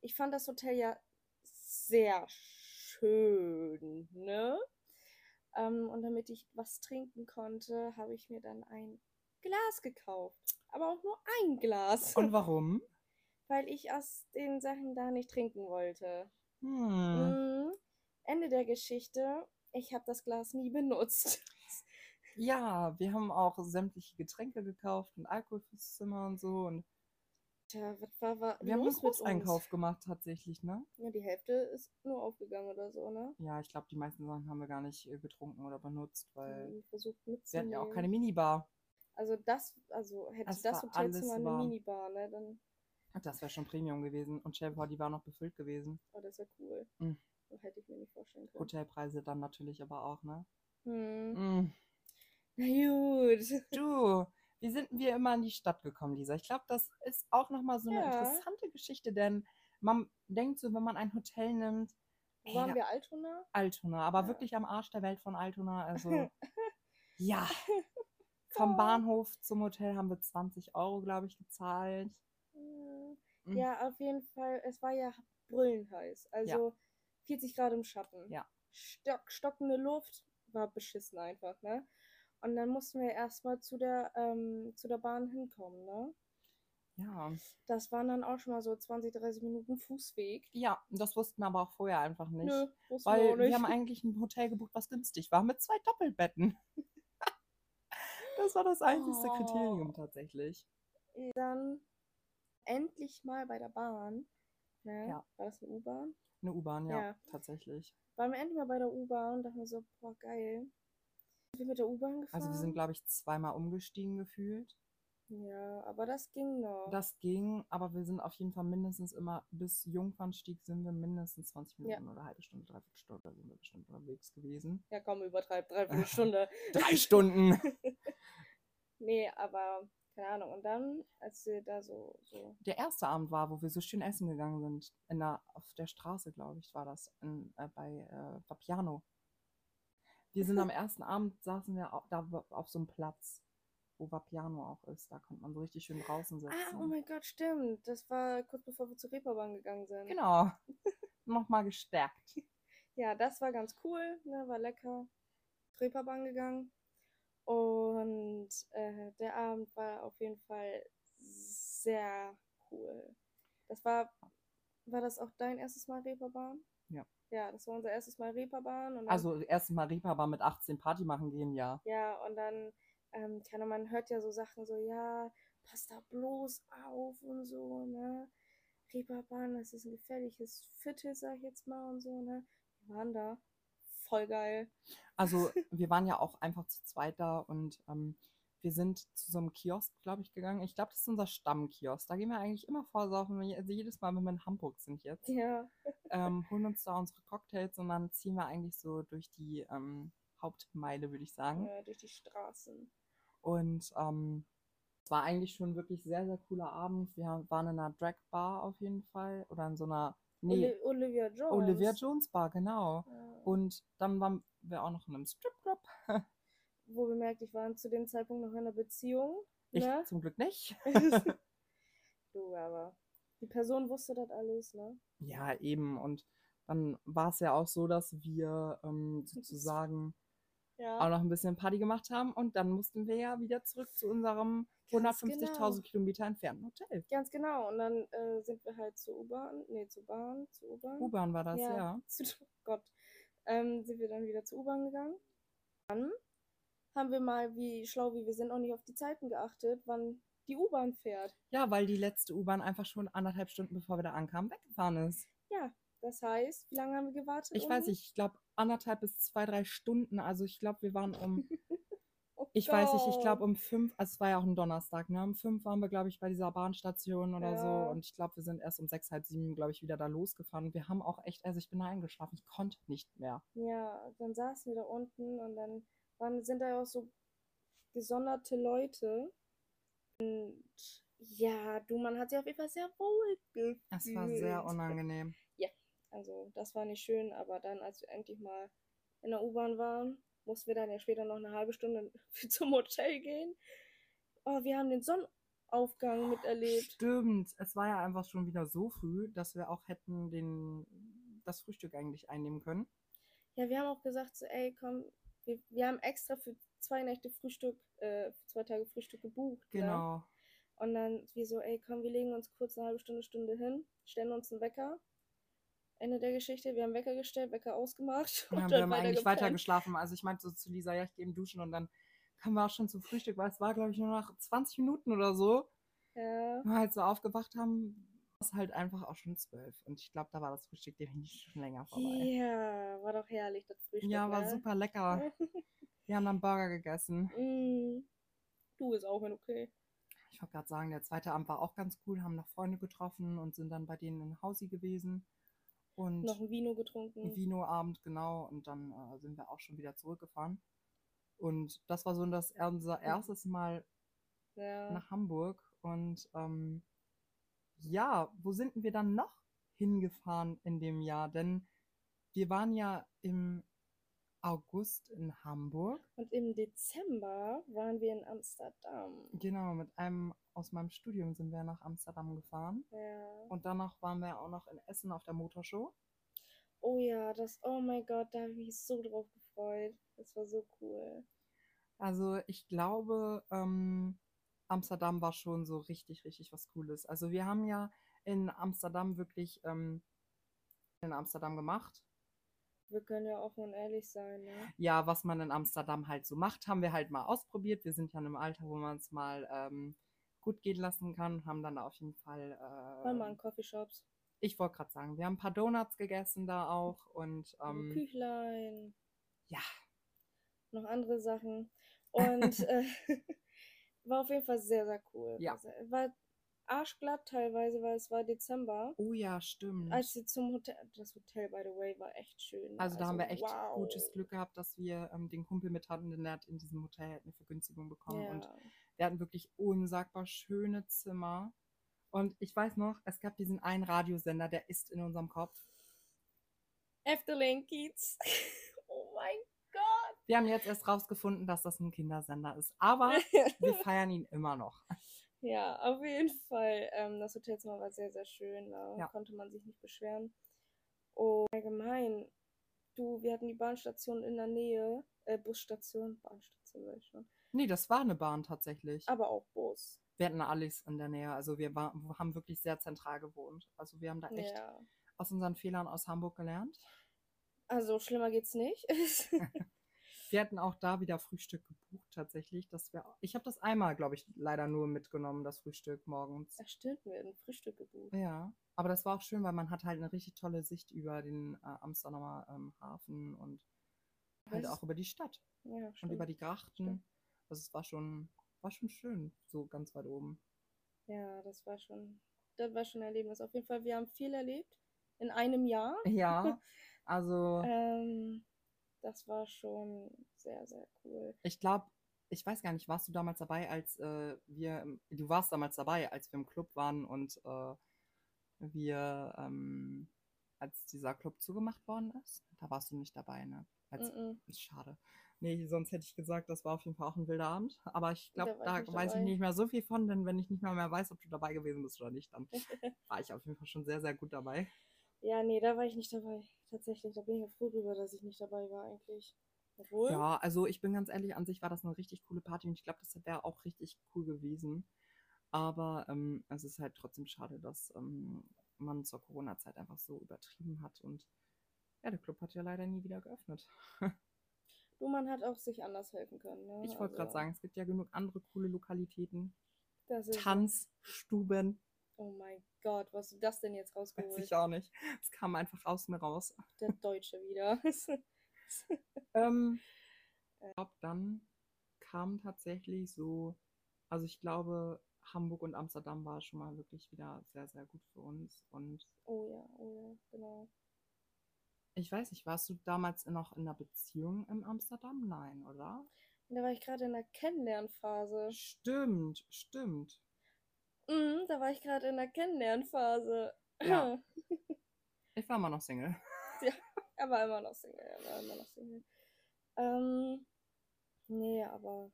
[SPEAKER 1] ich fand das Hotel ja sehr schön, ne? Ähm, und damit ich was trinken konnte, habe ich mir dann ein Glas gekauft. Aber auch nur ein Glas,
[SPEAKER 2] Und warum?
[SPEAKER 1] weil ich aus den Sachen da nicht trinken wollte.
[SPEAKER 2] Hm.
[SPEAKER 1] Mhm. Ende der Geschichte. Ich habe das Glas nie benutzt.
[SPEAKER 2] Ja, wir haben auch sämtliche Getränke gekauft und Alkohol fürs Zimmer und so. Und
[SPEAKER 1] Tja, was war, war
[SPEAKER 2] wir haben einen
[SPEAKER 1] los mit uns?
[SPEAKER 2] Großeinkauf gemacht tatsächlich, ne?
[SPEAKER 1] Ja, die Hälfte ist nur aufgegangen oder so, ne?
[SPEAKER 2] Ja, ich glaube, die meisten Sachen haben wir gar nicht äh, getrunken oder benutzt, weil
[SPEAKER 1] Die versucht
[SPEAKER 2] wir hatten ja auch
[SPEAKER 1] mitzunehmen.
[SPEAKER 2] keine Minibar.
[SPEAKER 1] Also das, also hätte
[SPEAKER 2] Das
[SPEAKER 1] das,
[SPEAKER 2] war alles
[SPEAKER 1] Hotelzimmer eine
[SPEAKER 2] warm.
[SPEAKER 1] Minibar, ne? Dann,
[SPEAKER 2] Das wäre schon Premium gewesen. Und stell dir vor, die war noch befüllt gewesen.
[SPEAKER 1] oh, das wäre cool.
[SPEAKER 2] Mhm.
[SPEAKER 1] So hätte ich mir nicht vorstellen können.
[SPEAKER 2] Hotelpreise dann natürlich aber auch, ne?
[SPEAKER 1] Hm.
[SPEAKER 2] Mm.
[SPEAKER 1] Na gut.
[SPEAKER 2] Du, wie sind wir immer in die Stadt gekommen, Lisa? Ich glaube, das ist auch nochmal so eine
[SPEAKER 1] Ja.
[SPEAKER 2] interessante Geschichte, denn man denkt so, wenn man ein Hotel nimmt, ey,
[SPEAKER 1] Wo waren
[SPEAKER 2] da-
[SPEAKER 1] wir Altona?
[SPEAKER 2] Altona, aber
[SPEAKER 1] Ja.
[SPEAKER 2] wirklich am Arsch der Welt von Altona. Also, ja.
[SPEAKER 1] Oh.
[SPEAKER 2] Vom Bahnhof zum Hotel haben wir 20 Euro, glaube ich, gezahlt.
[SPEAKER 1] Hm.
[SPEAKER 2] Mhm.
[SPEAKER 1] Ja, auf jeden Fall. Es war ja brüllenheiß. Also 40 Grad im Schatten.
[SPEAKER 2] Ja.
[SPEAKER 1] Stock, stockende Luft war beschissen einfach, ne? Und dann mussten wir erstmal zu der, ähm, zu der Bahn hinkommen, ne?
[SPEAKER 2] Ja.
[SPEAKER 1] Das waren dann auch schon mal so 20, 30 Minuten Fußweg.
[SPEAKER 2] Ja, das wussten wir aber auch vorher einfach nicht.
[SPEAKER 1] Nö, wussten wir auch
[SPEAKER 2] Weil
[SPEAKER 1] nicht.
[SPEAKER 2] wir haben eigentlich ein Hotel gebucht, was günstig war, mit zwei Doppelbetten. Das war das einzige
[SPEAKER 1] Oh.
[SPEAKER 2] Kriterium tatsächlich.
[SPEAKER 1] dann endlich mal bei der Bahn. Ne?
[SPEAKER 2] Ja.
[SPEAKER 1] War das eine U-Bahn?
[SPEAKER 2] Eine U-Bahn, ja,
[SPEAKER 1] Ja.
[SPEAKER 2] tatsächlich.
[SPEAKER 1] Waren wir endlich mal bei der U-Bahn und dachten wir so, boah, geil. Sind wir mit der U-Bahn gefahren?
[SPEAKER 2] Also wir sind, glaube ich, zweimal umgestiegen gefühlt.
[SPEAKER 1] Ja, aber das ging noch.
[SPEAKER 2] Das ging, aber wir sind auf jeden Fall mindestens immer bis Jungfernstieg sind wir mindestens 20
[SPEAKER 1] Ja.
[SPEAKER 2] Minuten oder eine halbe Stunde, dreiviertel Stunde sind wir bestimmt unterwegs gewesen.
[SPEAKER 1] ja, komm, übertreib, dreiviertel Stunde.
[SPEAKER 2] Drei Stunden!
[SPEAKER 1] Nee, aber keine Ahnung. Und dann, als wir da so, so
[SPEAKER 2] Der erste Abend war, wo wir so schön essen gegangen sind, in der, auf der Straße, glaube ich, war das, in, äh, bei äh, Vapiano. Wir sind am ersten Abend, saßen wir au- da wa- auf so einem Platz, wo Vapiano auch ist. Da konnte man so richtig schön draußen sitzen.
[SPEAKER 1] Ah, oh mein Gott, stimmt. Das war kurz bevor wir zur Reeperbahn gegangen sind.
[SPEAKER 2] Genau. Nochmal gestärkt.
[SPEAKER 1] Ja, das war ganz cool, ne? war lecker. Reeperbahn gegangen. Und äh, der Abend war auf jeden Fall sehr cool. Das war, war das auch dein erstes Mal Reeperbahn?
[SPEAKER 2] Ja.
[SPEAKER 1] Ja, das war unser erstes Mal Reeperbahn. Und dann,
[SPEAKER 2] Also erstes Mal Reeperbahn mit 18 Party machen gehen, ja.
[SPEAKER 1] Ja, und dann, ähm, keine Ahnung, man hört ja so Sachen so, ja, passt da bloß auf und so, ne? Reeperbahn, das ist ein gefährliches Viertel, sag ich jetzt mal und so, ne? Wir waren da. Voll geil.
[SPEAKER 2] Also wir waren ja auch einfach zu zweit da und ähm, wir sind zu so einem Kiosk, glaube ich, gegangen. Ich glaube, das ist unser Stammkiosk. Da gehen wir eigentlich immer vorsaufen. wenn- Also jedes Mal, wenn wir in Hamburg sind jetzt,
[SPEAKER 1] Ja.
[SPEAKER 2] ähm, holen uns da unsere Cocktails und dann ziehen wir eigentlich so durch die ähm, Hauptmeile, würde ich sagen.
[SPEAKER 1] Äh, durch die Straßen.
[SPEAKER 2] Und ähm, Es war eigentlich schon wirklich sehr, sehr cooler Abend. Wir haben- waren in einer Drag Bar auf jeden Fall oder in so einer nee,
[SPEAKER 1] Oli- Olivia Jones.
[SPEAKER 2] Olivia Jones Bar, genau.
[SPEAKER 1] Ja.
[SPEAKER 2] Und dann waren wir auch noch in einem Stripclub.
[SPEAKER 1] Wo bemerkt, ich war zu dem Zeitpunkt noch in einer Beziehung.
[SPEAKER 2] Ich
[SPEAKER 1] Ne?
[SPEAKER 2] zum Glück nicht.
[SPEAKER 1] du, aber die Person wusste das alles, ne?
[SPEAKER 2] Ja, eben. Und dann war es ja auch so, dass wir ähm, sozusagen auch
[SPEAKER 1] Ja.
[SPEAKER 2] noch ein bisschen Party gemacht haben und dann mussten wir ja wieder zurück zu unserem
[SPEAKER 1] Ganz genau.
[SPEAKER 2] 150.000 Kilometer entfernten Hotel.
[SPEAKER 1] Ganz genau. Und dann äh, sind wir halt zur U-Bahn, nee, zur Bahn, zur U-Bahn.
[SPEAKER 2] U-Bahn war das, ja.
[SPEAKER 1] Zu, oh Gott. Ähm, sind wir dann wieder zur U-Bahn gegangen. Dann haben wir mal, wie schlau wie wir sind, auch nicht auf die Zeiten geachtet, wann die U-Bahn fährt.
[SPEAKER 2] Ja, weil die letzte U-Bahn einfach schon anderthalb Stunden, bevor wir da ankamen, weggefahren ist.
[SPEAKER 1] Das heißt, wie lange haben wir gewartet?
[SPEAKER 2] Ich weiß
[SPEAKER 1] Uni?
[SPEAKER 2] nicht, ich glaube anderthalb bis zwei, drei Stunden. Also ich glaube, wir waren um,
[SPEAKER 1] Oh
[SPEAKER 2] ich weiß nicht, ich
[SPEAKER 1] Gott.
[SPEAKER 2] glaube um fünf, also es war ja auch ein Donnerstag, ne? Um fünf waren wir, glaube ich, bei dieser Bahnstation oder
[SPEAKER 1] Ja.
[SPEAKER 2] so. Und ich glaube, wir sind erst um sechs, halb sieben, glaube ich, wieder da losgefahren. Und wir haben auch echt, also ich bin da eingeschlafen, ich konnte nicht mehr.
[SPEAKER 1] Ja, dann saßen wir da unten und dann waren, sind da ja auch so gesonderte Leute. Und ja, du, man hat sich auf jeden Fall sehr wohl gefühlt.
[SPEAKER 2] Es war sehr unangenehm.
[SPEAKER 1] Also, das war nicht schön, aber dann, als wir endlich mal in der U-Bahn waren, mussten wir dann ja später noch eine halbe Stunde zum Hotel gehen. Oh, wir haben den Sonnenaufgang miterlebt.
[SPEAKER 2] Stimmt, es war ja einfach schon wieder so früh, dass wir auch hätten den, das Frühstück eigentlich einnehmen können.
[SPEAKER 1] Ja, wir haben auch gesagt, so, ey, komm, wir, wir haben extra für zwei Nächte Frühstück, äh, für zwei Tage Frühstück gebucht. ne?
[SPEAKER 2] Genau.
[SPEAKER 1] Und dann wir so, ey, komm, wir legen uns kurz eine halbe Stunde, Stunde hin, stellen uns einen Wecker. Ende der Geschichte, wir haben Wecker gestellt, Wecker ausgemacht
[SPEAKER 2] Und haben wir
[SPEAKER 1] dann
[SPEAKER 2] haben eigentlich
[SPEAKER 1] weitergepennt.
[SPEAKER 2] weiter geschlafen. Also ich meinte so zu Lisa, ja, ich gehe im Duschen und dann kamen wir auch schon zum Frühstück, weil es war, glaube ich, nur noch 20 Minuten oder so.
[SPEAKER 1] Ja.
[SPEAKER 2] Wenn wir halt so aufgewacht haben, war es halt einfach auch schon zwölf. Und ich glaube, da war das Frühstück definitiv schon länger vorbei.
[SPEAKER 1] Ja, war doch herrlich, das Frühstück.
[SPEAKER 2] Ja, war
[SPEAKER 1] ne?
[SPEAKER 2] super lecker. Wir haben dann Burger gegessen.
[SPEAKER 1] Mm. Du ist auch in okay.
[SPEAKER 2] Ich wollte gerade sagen, der zweite Abend war auch ganz cool, haben noch Freunde getroffen und sind dann bei denen in Hausi gewesen. Und
[SPEAKER 1] Noch ein Vino getrunken.
[SPEAKER 2] Vino-Abend, genau. Und dann äh, sind wir auch schon wieder zurückgefahren. Und das war so das, unser erstes Mal
[SPEAKER 1] ja.
[SPEAKER 2] nach Hamburg. Und ähm, ja, wo sind wir dann noch hingefahren in dem Jahr? Denn wir waren ja im August in Hamburg,
[SPEAKER 1] Und im Dezember waren wir in Amsterdam.
[SPEAKER 2] genau, mit einem aus meinem Studium sind wir nach Amsterdam gefahren.
[SPEAKER 1] Ja.
[SPEAKER 2] Und danach waren wir auch noch in Essen auf der Motorshow.
[SPEAKER 1] Oh ja, das, oh mein Gott, da habe ich mich so drauf gefreut. Das war so cool.
[SPEAKER 2] Also ich glaube, ähm, Amsterdam war schon so richtig, richtig was Cooles. Also wir haben ja in Amsterdam wirklich ähm, in Amsterdam gemacht.
[SPEAKER 1] Wir können ja offen und ehrlich sein, ne?
[SPEAKER 2] ja, was man in Amsterdam halt so macht, haben wir halt mal ausprobiert. Wir sind ja in einem Alter, wo man es mal ähm, gut gehen lassen kann und haben dann auf jeden Fall.
[SPEAKER 1] Waren mal in
[SPEAKER 2] ähm,
[SPEAKER 1] Coffeeshops.
[SPEAKER 2] ich wollte gerade sagen, wir haben ein paar Donuts gegessen da auch und
[SPEAKER 1] im
[SPEAKER 2] ähm,
[SPEAKER 1] Küchlein.
[SPEAKER 2] ja,
[SPEAKER 1] noch andere Sachen. Und äh, war auf jeden Fall sehr, sehr cool.
[SPEAKER 2] Ja.
[SPEAKER 1] Also, War arschglatt teilweise, weil es war Dezember.
[SPEAKER 2] oh ja, stimmt.
[SPEAKER 1] Als wir zum Hotel, das Hotel, by the way, war echt schön.
[SPEAKER 2] also da haben wir echt
[SPEAKER 1] wow.
[SPEAKER 2] gutes Glück gehabt, dass wir ähm, den Kumpel mit hatten, denn der hat in diesem Hotel halt eine Vergünstigung bekommen
[SPEAKER 1] Ja.
[SPEAKER 2] und wir hatten wirklich unsagbar schöne Zimmer. Und ich weiß noch, es gab diesen einen Radiosender, der ist in unserem Kopf.
[SPEAKER 1] Efteling Kiez. oh mein Gott.
[SPEAKER 2] Wir haben jetzt erst rausgefunden, dass das ein Kindersender ist. Aber wir feiern ihn immer noch.
[SPEAKER 1] ja, auf jeden Fall. Ähm, das Hotelzimmer war sehr, sehr schön. Da
[SPEAKER 2] Ja.
[SPEAKER 1] konnte man sich nicht beschweren. Und allgemein, du, wir hatten die Bahnstation in der Nähe. Äh, Busstation, Bahnstation sag ich schon.
[SPEAKER 2] Nee, das war eine Bahn tatsächlich.
[SPEAKER 1] aber auch Bus.
[SPEAKER 2] Wir hatten alles in der Nähe. Also wir war, haben wirklich sehr zentral gewohnt. Also wir haben da echt
[SPEAKER 1] Ja.
[SPEAKER 2] aus unseren Fehlern aus Hamburg gelernt.
[SPEAKER 1] Also schlimmer geht's nicht.
[SPEAKER 2] Wir hatten auch da wieder Frühstück gebucht tatsächlich. Dass wir, ich habe das einmal, glaube ich, leider nur mitgenommen, das Frühstück morgens.
[SPEAKER 1] da stimmt mir ein Frühstück gebucht.
[SPEAKER 2] Ja, aber das war auch schön, weil man hat halt eine richtig tolle Sicht über den äh, Amsterdamer ähm, Hafen und halt
[SPEAKER 1] Weiß-
[SPEAKER 2] auch über die Stadt.
[SPEAKER 1] Ja,
[SPEAKER 2] und über
[SPEAKER 1] stimmt.
[SPEAKER 2] die Grachten. Also es war schon, war schon schön, so ganz weit oben.
[SPEAKER 1] Ja, das war schon, das war schon ein Erlebnis. Auf jeden Fall, wir haben viel erlebt in einem Jahr.
[SPEAKER 2] Ja, also
[SPEAKER 1] Äh. Ähm, das war schon sehr, sehr cool.
[SPEAKER 2] ich glaube, ich weiß gar nicht, warst du damals dabei, als äh, wir, im- du warst damals dabei, als wir im Club waren und äh, wir, ähm, als dieser Club zugemacht worden ist? Da warst du nicht dabei, ne? Als,
[SPEAKER 1] Mhm.
[SPEAKER 2] ist Schade. Nee, sonst hätte ich gesagt, das war auf jeden Fall auch ein wilder Abend. Aber ich
[SPEAKER 1] Da
[SPEAKER 2] glaube,
[SPEAKER 1] war ich
[SPEAKER 2] da
[SPEAKER 1] nicht
[SPEAKER 2] weiß ich
[SPEAKER 1] dabei.
[SPEAKER 2] nicht mehr so viel von, denn wenn ich nicht mal mehr weiß, ob du dabei gewesen bist oder nicht, dann war ich auf jeden Fall schon sehr, sehr gut dabei.
[SPEAKER 1] Ja, nee, da war ich nicht dabei. Tatsächlich, da bin ich ja froh drüber, dass ich nicht dabei war eigentlich. Obwohl,
[SPEAKER 2] Ja, also ich bin ganz ehrlich, an sich war das eine richtig coole Party und ich glaube, das wäre auch richtig cool gewesen. Aber ähm, es ist halt trotzdem schade, dass ähm, man zur Corona-Zeit einfach so übertrieben hat und ja, der Club hat ja leider nie wieder geöffnet.
[SPEAKER 1] du, man hat auch sich anders helfen können. Ne?
[SPEAKER 2] Ich wollte gerade
[SPEAKER 1] Also,
[SPEAKER 2] sagen, es gibt ja genug andere coole Lokalitäten.
[SPEAKER 1] Das ist,
[SPEAKER 2] Tanzstuben,
[SPEAKER 1] oh mein Gott, was hast du das denn jetzt
[SPEAKER 2] weiß
[SPEAKER 1] rausgeholt?
[SPEAKER 2] ich auch nicht. Es kam einfach aus mir raus.
[SPEAKER 1] Der Deutsche wieder.
[SPEAKER 2] Ähm, ich glaube, dann kam tatsächlich so, also ich glaube, Hamburg und Amsterdam war schon mal wirklich wieder sehr, sehr gut für uns. Und
[SPEAKER 1] oh ja, oh ja, genau.
[SPEAKER 2] ich weiß nicht, warst du damals noch in einer Beziehung in Amsterdam? Nein, oder?
[SPEAKER 1] Und da war ich gerade in der Kennenlernphase.
[SPEAKER 2] Stimmt, stimmt.
[SPEAKER 1] Mhm, da war ich gerade in der Kennenlernphase.
[SPEAKER 2] Ja. Ich war immer noch Single.
[SPEAKER 1] Er war immer noch Single, er war immer noch Single. Ähm, nee, aber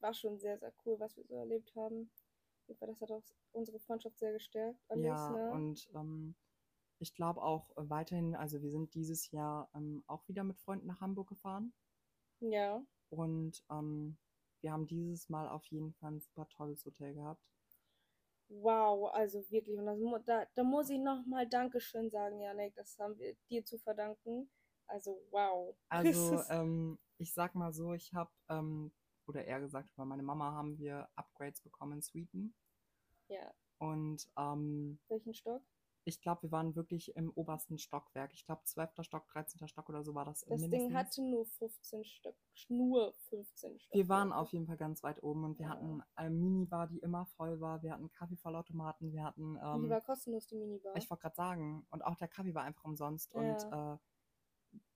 [SPEAKER 1] war schon sehr, sehr cool, was wir so erlebt haben. Ich glaube, das hat auch unsere Freundschaft sehr gestärkt. Alice,
[SPEAKER 2] Ja,
[SPEAKER 1] ne?
[SPEAKER 2] und ähm, ich glaube auch äh, weiterhin, also wir sind dieses Jahr ähm, auch wieder mit Freunden nach Hamburg gefahren.
[SPEAKER 1] ja,
[SPEAKER 2] Und ähm, wir haben dieses Mal auf jeden Fall ein super tolles Hotel gehabt.
[SPEAKER 1] wow, also wirklich. Und das, mu- da, da muss ich nochmal Dankeschön sagen, Janik. Das haben wir dir zu verdanken. Also, wow.
[SPEAKER 2] Also
[SPEAKER 1] Das ist-
[SPEAKER 2] ähm, ich sag mal so, ich habe, ähm, oder eher gesagt, über meine Mama haben wir Upgrades bekommen in Suiten.
[SPEAKER 1] ja,
[SPEAKER 2] Und ähm,
[SPEAKER 1] welchen Stock?
[SPEAKER 2] ich glaube, wir waren wirklich im obersten Stockwerk. Ich glaube, 12. Stock, 13. Stock oder so war das
[SPEAKER 1] Das Ding
[SPEAKER 2] mindestens.
[SPEAKER 1] hatte nur 15 Stück. Nur 15 Stück.
[SPEAKER 2] Wir waren auf jeden Fall ganz weit oben und wir
[SPEAKER 1] Ja.
[SPEAKER 2] hatten eine Minibar, die immer voll war. Wir hatten Kaffeevollautomaten, wir hatten
[SPEAKER 1] Die
[SPEAKER 2] ähm,
[SPEAKER 1] war kostenlos, die Minibar.
[SPEAKER 2] Ich wollte gerade sagen, und auch der Kaffee war einfach umsonst und äh,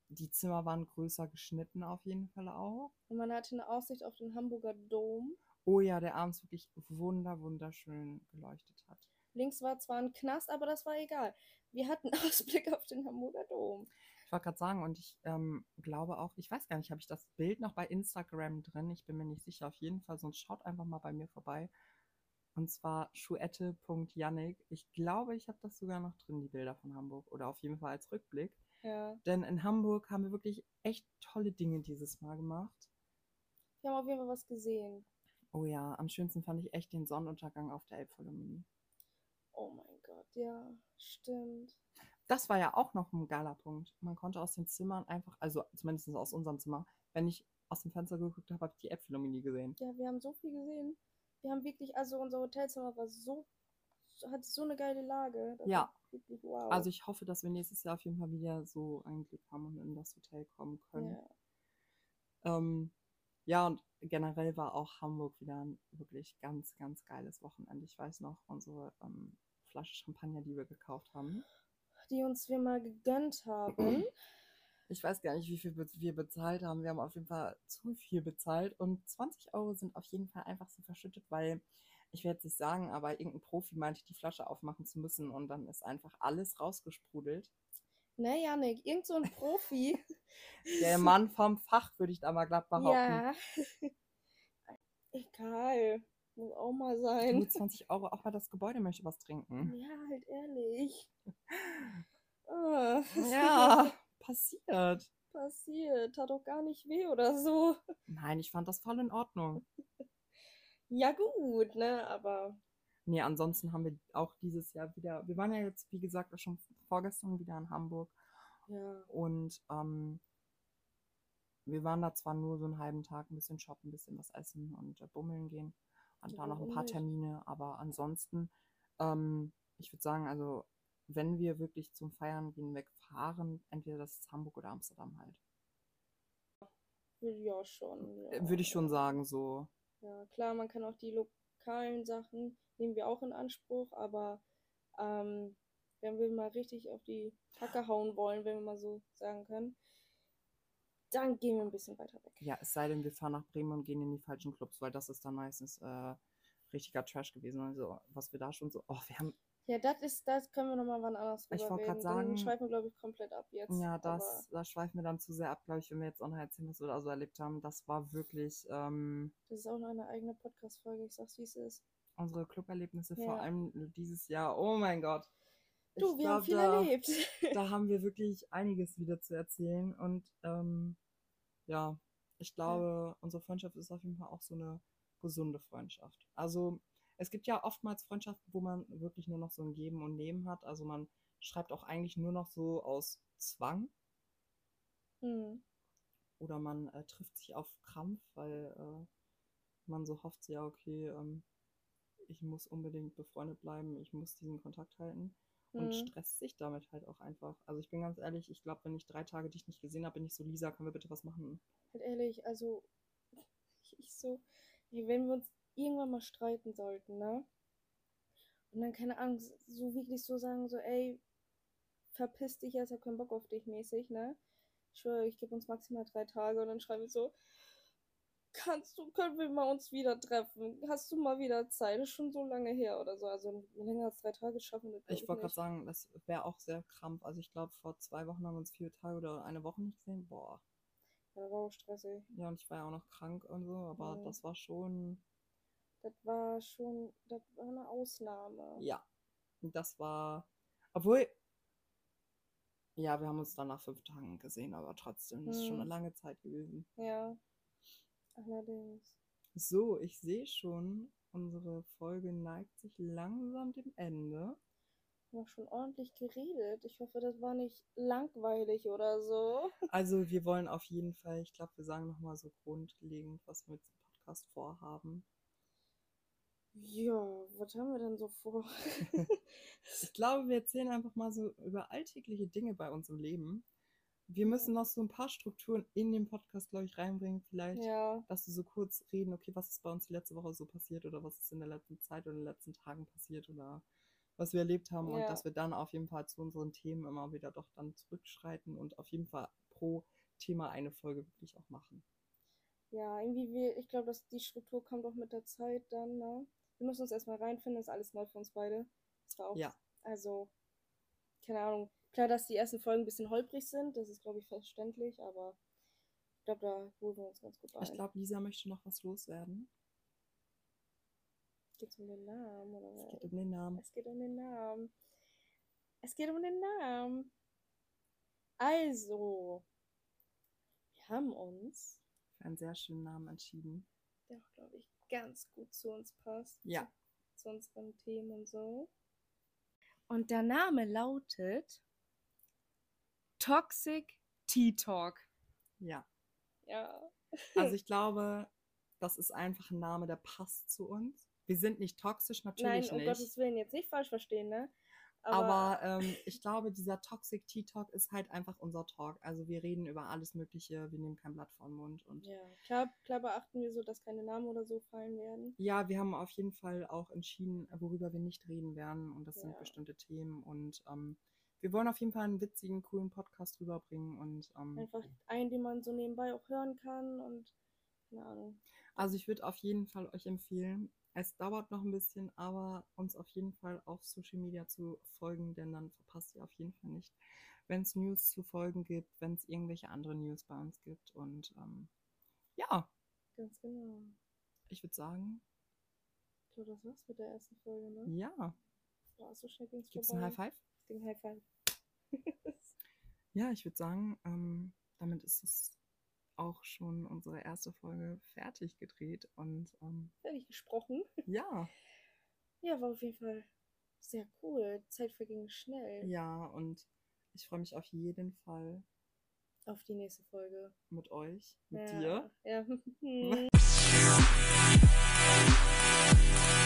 [SPEAKER 2] die Zimmer waren größer geschnitten auf jeden Fall auch.
[SPEAKER 1] Und man hatte eine Aussicht auf den Hamburger Dom.
[SPEAKER 2] Oh ja, der abends wirklich wunder, wunderschön geleuchtet hat.
[SPEAKER 1] Links war zwar ein Knast, aber das war egal. Wir hatten Ausblick auf den Hamburger Dom.
[SPEAKER 2] Ich wollte gerade sagen, und ich ähm, glaube auch, ich weiß gar nicht, habe ich das Bild noch bei Instagram drin? Ich bin mir nicht sicher. Auf jeden Fall, sonst schaut einfach mal bei mir vorbei. Und zwar schuette.yannick. Ich glaube, ich habe das sogar noch drin, die Bilder von Hamburg. Oder auf jeden Fall als Rückblick.
[SPEAKER 1] Ja.
[SPEAKER 2] Denn in Hamburg haben wir wirklich echt tolle Dinge dieses Mal gemacht.
[SPEAKER 1] Wir haben auf jeden Fall was gesehen.
[SPEAKER 2] Oh ja, am schönsten fand ich echt den Sonnenuntergang auf der Elbphilharmonie.
[SPEAKER 1] Oh mein Gott, ja, stimmt.
[SPEAKER 2] Das war ja auch noch ein geiler Punkt. Man konnte aus den Zimmern einfach, also zumindest aus unserem Zimmer, wenn ich aus dem Fenster geguckt habe, habe ich die Elbphilharmonie gesehen.
[SPEAKER 1] Ja, wir haben so viel gesehen. Wir haben wirklich, also unser Hotelzimmer war so, hat so eine geile Lage. Das
[SPEAKER 2] Ja.
[SPEAKER 1] war Wirklich wow.
[SPEAKER 2] Also ich hoffe, dass wir nächstes Jahr auf jeden Fall wieder so ein Glück haben und in das Hotel kommen können.
[SPEAKER 1] ja.
[SPEAKER 2] Ja, ähm, ja und generell war auch Hamburg wieder ein wirklich ganz, ganz geiles Wochenende. Ich weiß noch, unsere ähm, Flasche Champagner, die wir gekauft haben.
[SPEAKER 1] Die uns wir mal gegönnt haben.
[SPEAKER 2] Ich weiß gar nicht, wie viel bez- wir bezahlt haben. Wir haben auf jeden Fall zu viel bezahlt. Und 20 Euro sind auf jeden Fall einfach so verschüttet, weil ich werde es nicht sagen, aber irgendein Profi meinte, die Flasche aufmachen zu müssen. Und dann ist einfach alles rausgesprudelt.
[SPEAKER 1] ne, Janik, irgend so ein Profi.
[SPEAKER 2] Der Mann vom Fach, würde ich da mal glatt behaupten.
[SPEAKER 1] Ja. Egal. Muss auch mal sein.
[SPEAKER 2] Mit 20 Euro, auch mal das Gebäude möchte was trinken.
[SPEAKER 1] Ja, halt ehrlich. Ah,
[SPEAKER 2] Ja, passiert.
[SPEAKER 1] passiert. Hat doch gar nicht weh oder so.
[SPEAKER 2] Nein, ich fand das voll in Ordnung.
[SPEAKER 1] Ja, gut, ne? Aber
[SPEAKER 2] Nee, ansonsten haben wir auch dieses Jahr wieder, wir waren ja jetzt, wie gesagt, auch schon vorgestern wieder in Hamburg.
[SPEAKER 1] ja.
[SPEAKER 2] Und ähm, wir waren da zwar nur so einen halben Tag, ein bisschen shoppen, ein bisschen was essen und äh, bummeln gehen. Und da noch ein
[SPEAKER 1] Warum
[SPEAKER 2] paar
[SPEAKER 1] nicht?
[SPEAKER 2] Termine, aber ansonsten, ähm, ich würde sagen, also wenn wir wirklich zum Feiern gehen, wegfahren, entweder das ist Hamburg oder Amsterdam halt.
[SPEAKER 1] Ja, schon.
[SPEAKER 2] Äh,
[SPEAKER 1] Ja.
[SPEAKER 2] Würde ich schon sagen, so.
[SPEAKER 1] Ja, klar, man kann auch die lokalen Sachen nehmen wir auch in Anspruch, aber ähm, wenn wir mal richtig auf die Hacke hauen wollen, wenn wir mal so sagen können, dann gehen wir ein bisschen weiter weg.
[SPEAKER 2] Ja, es sei denn, wir fahren nach Bremen und gehen in die falschen Clubs, weil das ist dann meistens äh, richtiger Trash gewesen. Also, was wir da schon so. Oh, wir haben.
[SPEAKER 1] Ja, das ist, das können wir nochmal wann anders
[SPEAKER 2] Ich
[SPEAKER 1] drüber
[SPEAKER 2] wollt grad
[SPEAKER 1] reden.
[SPEAKER 2] sagen-
[SPEAKER 1] dann schweifen wir, glaube ich, komplett ab jetzt.
[SPEAKER 2] Ja,
[SPEAKER 1] aber-
[SPEAKER 2] das, da schweifen wir dann zu sehr ab, glaube ich, wenn wir jetzt auch noch erzählen, was wir da so erlebt haben. Das war wirklich ähm,
[SPEAKER 1] Das ist auch noch eine eigene Podcast-Folge. Ich sag's, wie es ist.
[SPEAKER 2] unsere Club-Erlebnisse, vor
[SPEAKER 1] Ja.
[SPEAKER 2] allem dieses Jahr. Oh mein Gott.
[SPEAKER 1] Du,
[SPEAKER 2] Ich
[SPEAKER 1] wir
[SPEAKER 2] glaub,
[SPEAKER 1] haben viel
[SPEAKER 2] da-
[SPEAKER 1] erlebt.
[SPEAKER 2] da haben wir wirklich einiges wieder zu erzählen. Und ähm, ja, ich glaube, unsere Freundschaft ist auf jeden Fall auch so eine gesunde Freundschaft. Also es gibt ja oftmals Freundschaften, wo man wirklich nur noch so ein Geben und Nehmen hat. Also man schreibt auch eigentlich nur noch so aus Zwang
[SPEAKER 1] Hm.
[SPEAKER 2] oder man äh, trifft sich auf Krampf, weil äh, man so hofft, ja, okay, ähm, ich muss unbedingt befreundet bleiben, ich muss diesen Kontakt halten und
[SPEAKER 1] Mhm.
[SPEAKER 2] stresst sich damit halt auch einfach. Also ich bin ganz ehrlich, ich glaube, wenn ich drei Tage dich nicht gesehen habe, bin ich so, Lisa, können wir bitte was machen?
[SPEAKER 1] Halt ehrlich, also ich, ich so, nee, wenn wir uns irgendwann mal streiten sollten, ne? Und dann, keine Ahnung, s- so wirklich so sagen, so, ey, verpiss dich, jetzt hab keinen Bock auf dich mäßig, ne? Ich schwöre, ich gebe uns maximal drei Tage und dann schreibe ich so, kannst du, können wir mal uns wieder treffen? Hast du mal wieder Zeit? Ist schon so lange her oder so. Also länger als drei Tage schaffen wir das glaub
[SPEAKER 2] Ich wollte gerade
[SPEAKER 1] nicht.
[SPEAKER 2] sagen, das wäre auch sehr krampf. Also ich glaube, vor zwei Wochen haben wir uns vier Tage oder eine Woche nicht gesehen. Boah.
[SPEAKER 1] Ja, war auch stressig.
[SPEAKER 2] Ja, und ich war ja auch noch krank und so, aber
[SPEAKER 1] Mhm.
[SPEAKER 2] das war schon,
[SPEAKER 1] Das war schon, das war eine Ausnahme.
[SPEAKER 2] ja, das war, obwohl, ja, wir haben uns dann nach fünf Tagen gesehen, aber trotzdem, das ist schon
[SPEAKER 1] Mhm.
[SPEAKER 2] eine lange Zeit gewesen.
[SPEAKER 1] Ja. Allerdings.
[SPEAKER 2] So, ich sehe schon, unsere Folge neigt sich langsam dem Ende.
[SPEAKER 1] Wir haben schon ordentlich geredet. Ich hoffe, das war nicht langweilig oder so.
[SPEAKER 2] Also wir wollen auf jeden Fall, ich glaube, wir sagen nochmal so grundlegend, was wir mit dem Podcast vorhaben.
[SPEAKER 1] Ja, was haben wir denn so vor?
[SPEAKER 2] Ich glaube, wir erzählen einfach mal so über alltägliche Dinge bei uns im Leben. Wir müssen noch so ein paar Strukturen in den Podcast, glaube ich, reinbringen. Vielleicht,
[SPEAKER 1] ja,
[SPEAKER 2] dass wir so kurz reden, okay, was ist bei uns die letzte Woche so passiert oder was ist in der letzten Zeit oder in den letzten Tagen passiert oder was wir erlebt haben und
[SPEAKER 1] Ja.
[SPEAKER 2] dass wir dann auf jeden Fall zu unseren Themen immer wieder doch dann zurückschreiten und auf jeden Fall pro Thema eine Folge wirklich auch machen.
[SPEAKER 1] ja, irgendwie, wir, ich glaube, dass die Struktur kommt auch mit der Zeit dann, ne? Wir müssen uns erstmal reinfinden, ist alles neu für uns beide. Das war auch.
[SPEAKER 2] Ja.
[SPEAKER 1] Also, keine Ahnung. Klar, dass die ersten Folgen ein bisschen holprig sind, das ist, glaube ich, verständlich, aber ich glaube, da holen wir uns ganz gut ein.
[SPEAKER 2] Ich glaube, Lisa möchte noch was loswerden.
[SPEAKER 1] Geht's um den Namen oder
[SPEAKER 2] Es
[SPEAKER 1] was?
[SPEAKER 2] geht um den Namen.
[SPEAKER 1] Es geht um den Namen. Es geht um den Namen. Also, wir haben uns,
[SPEAKER 2] Für einen sehr schönen Namen entschieden.
[SPEAKER 1] der auch, glaube ich, ganz gut zu uns passt.
[SPEAKER 2] Ja.
[SPEAKER 1] Zu unserem Thema und so. Und der Name lautet Toxic Tea Talk.
[SPEAKER 2] Ja.
[SPEAKER 1] Ja.
[SPEAKER 2] Also ich glaube, das ist einfach ein Name, der passt zu uns. Wir sind nicht toxisch, natürlich
[SPEAKER 1] Nein, um
[SPEAKER 2] nicht.
[SPEAKER 1] Gottes Willen, jetzt nicht falsch verstehen, ne?
[SPEAKER 2] aber ähm, ich glaube, dieser Toxic Tea Talk ist halt einfach unser Talk. Also wir reden über alles Mögliche, wir nehmen kein Blatt vor den Mund. Und ja.
[SPEAKER 1] ja, klar, klar beachten wir so, dass keine Namen oder so fallen werden.
[SPEAKER 2] wir haben auf jeden Fall auch entschieden, worüber wir nicht reden werden. Und das sind
[SPEAKER 1] Ja.
[SPEAKER 2] bestimmte Themen. Und ähm, wir wollen auf jeden Fall einen witzigen, coolen Podcast rüberbringen. Und ähm,
[SPEAKER 1] Einfach einen, den man so nebenbei auch hören kann und keine Ahnung.
[SPEAKER 2] Also ich würde auf jeden Fall euch empfehlen, es dauert noch ein bisschen, aber uns auf jeden Fall auf Social Media zu folgen, denn dann verpasst ihr auf jeden Fall nicht, wenn es News zu folgen gibt, wenn es irgendwelche anderen News bei uns gibt. Und ähm, ja,
[SPEAKER 1] Ganz genau.
[SPEAKER 2] ich würde sagen,
[SPEAKER 1] Ich glaube, das war's mit der ersten Folge, ne?
[SPEAKER 2] ja.
[SPEAKER 1] Boah, so schnell ging's
[SPEAKER 2] Gibt es ein
[SPEAKER 1] vorbei.
[SPEAKER 2] High Five?
[SPEAKER 1] Es ging High Five.
[SPEAKER 2] Ja, ich würde sagen, ähm, damit ist es auch schon unsere erste Folge fertig gedreht. Und ähm,
[SPEAKER 1] Fertig gesprochen.
[SPEAKER 2] ja.
[SPEAKER 1] Ja, war auf jeden Fall sehr cool. Die Zeit verging schnell.
[SPEAKER 2] Ja, und ich freue mich auf jeden Fall
[SPEAKER 1] Auf die nächste Folge.
[SPEAKER 2] mit euch, mit
[SPEAKER 1] ja.
[SPEAKER 2] dir.
[SPEAKER 1] Ja.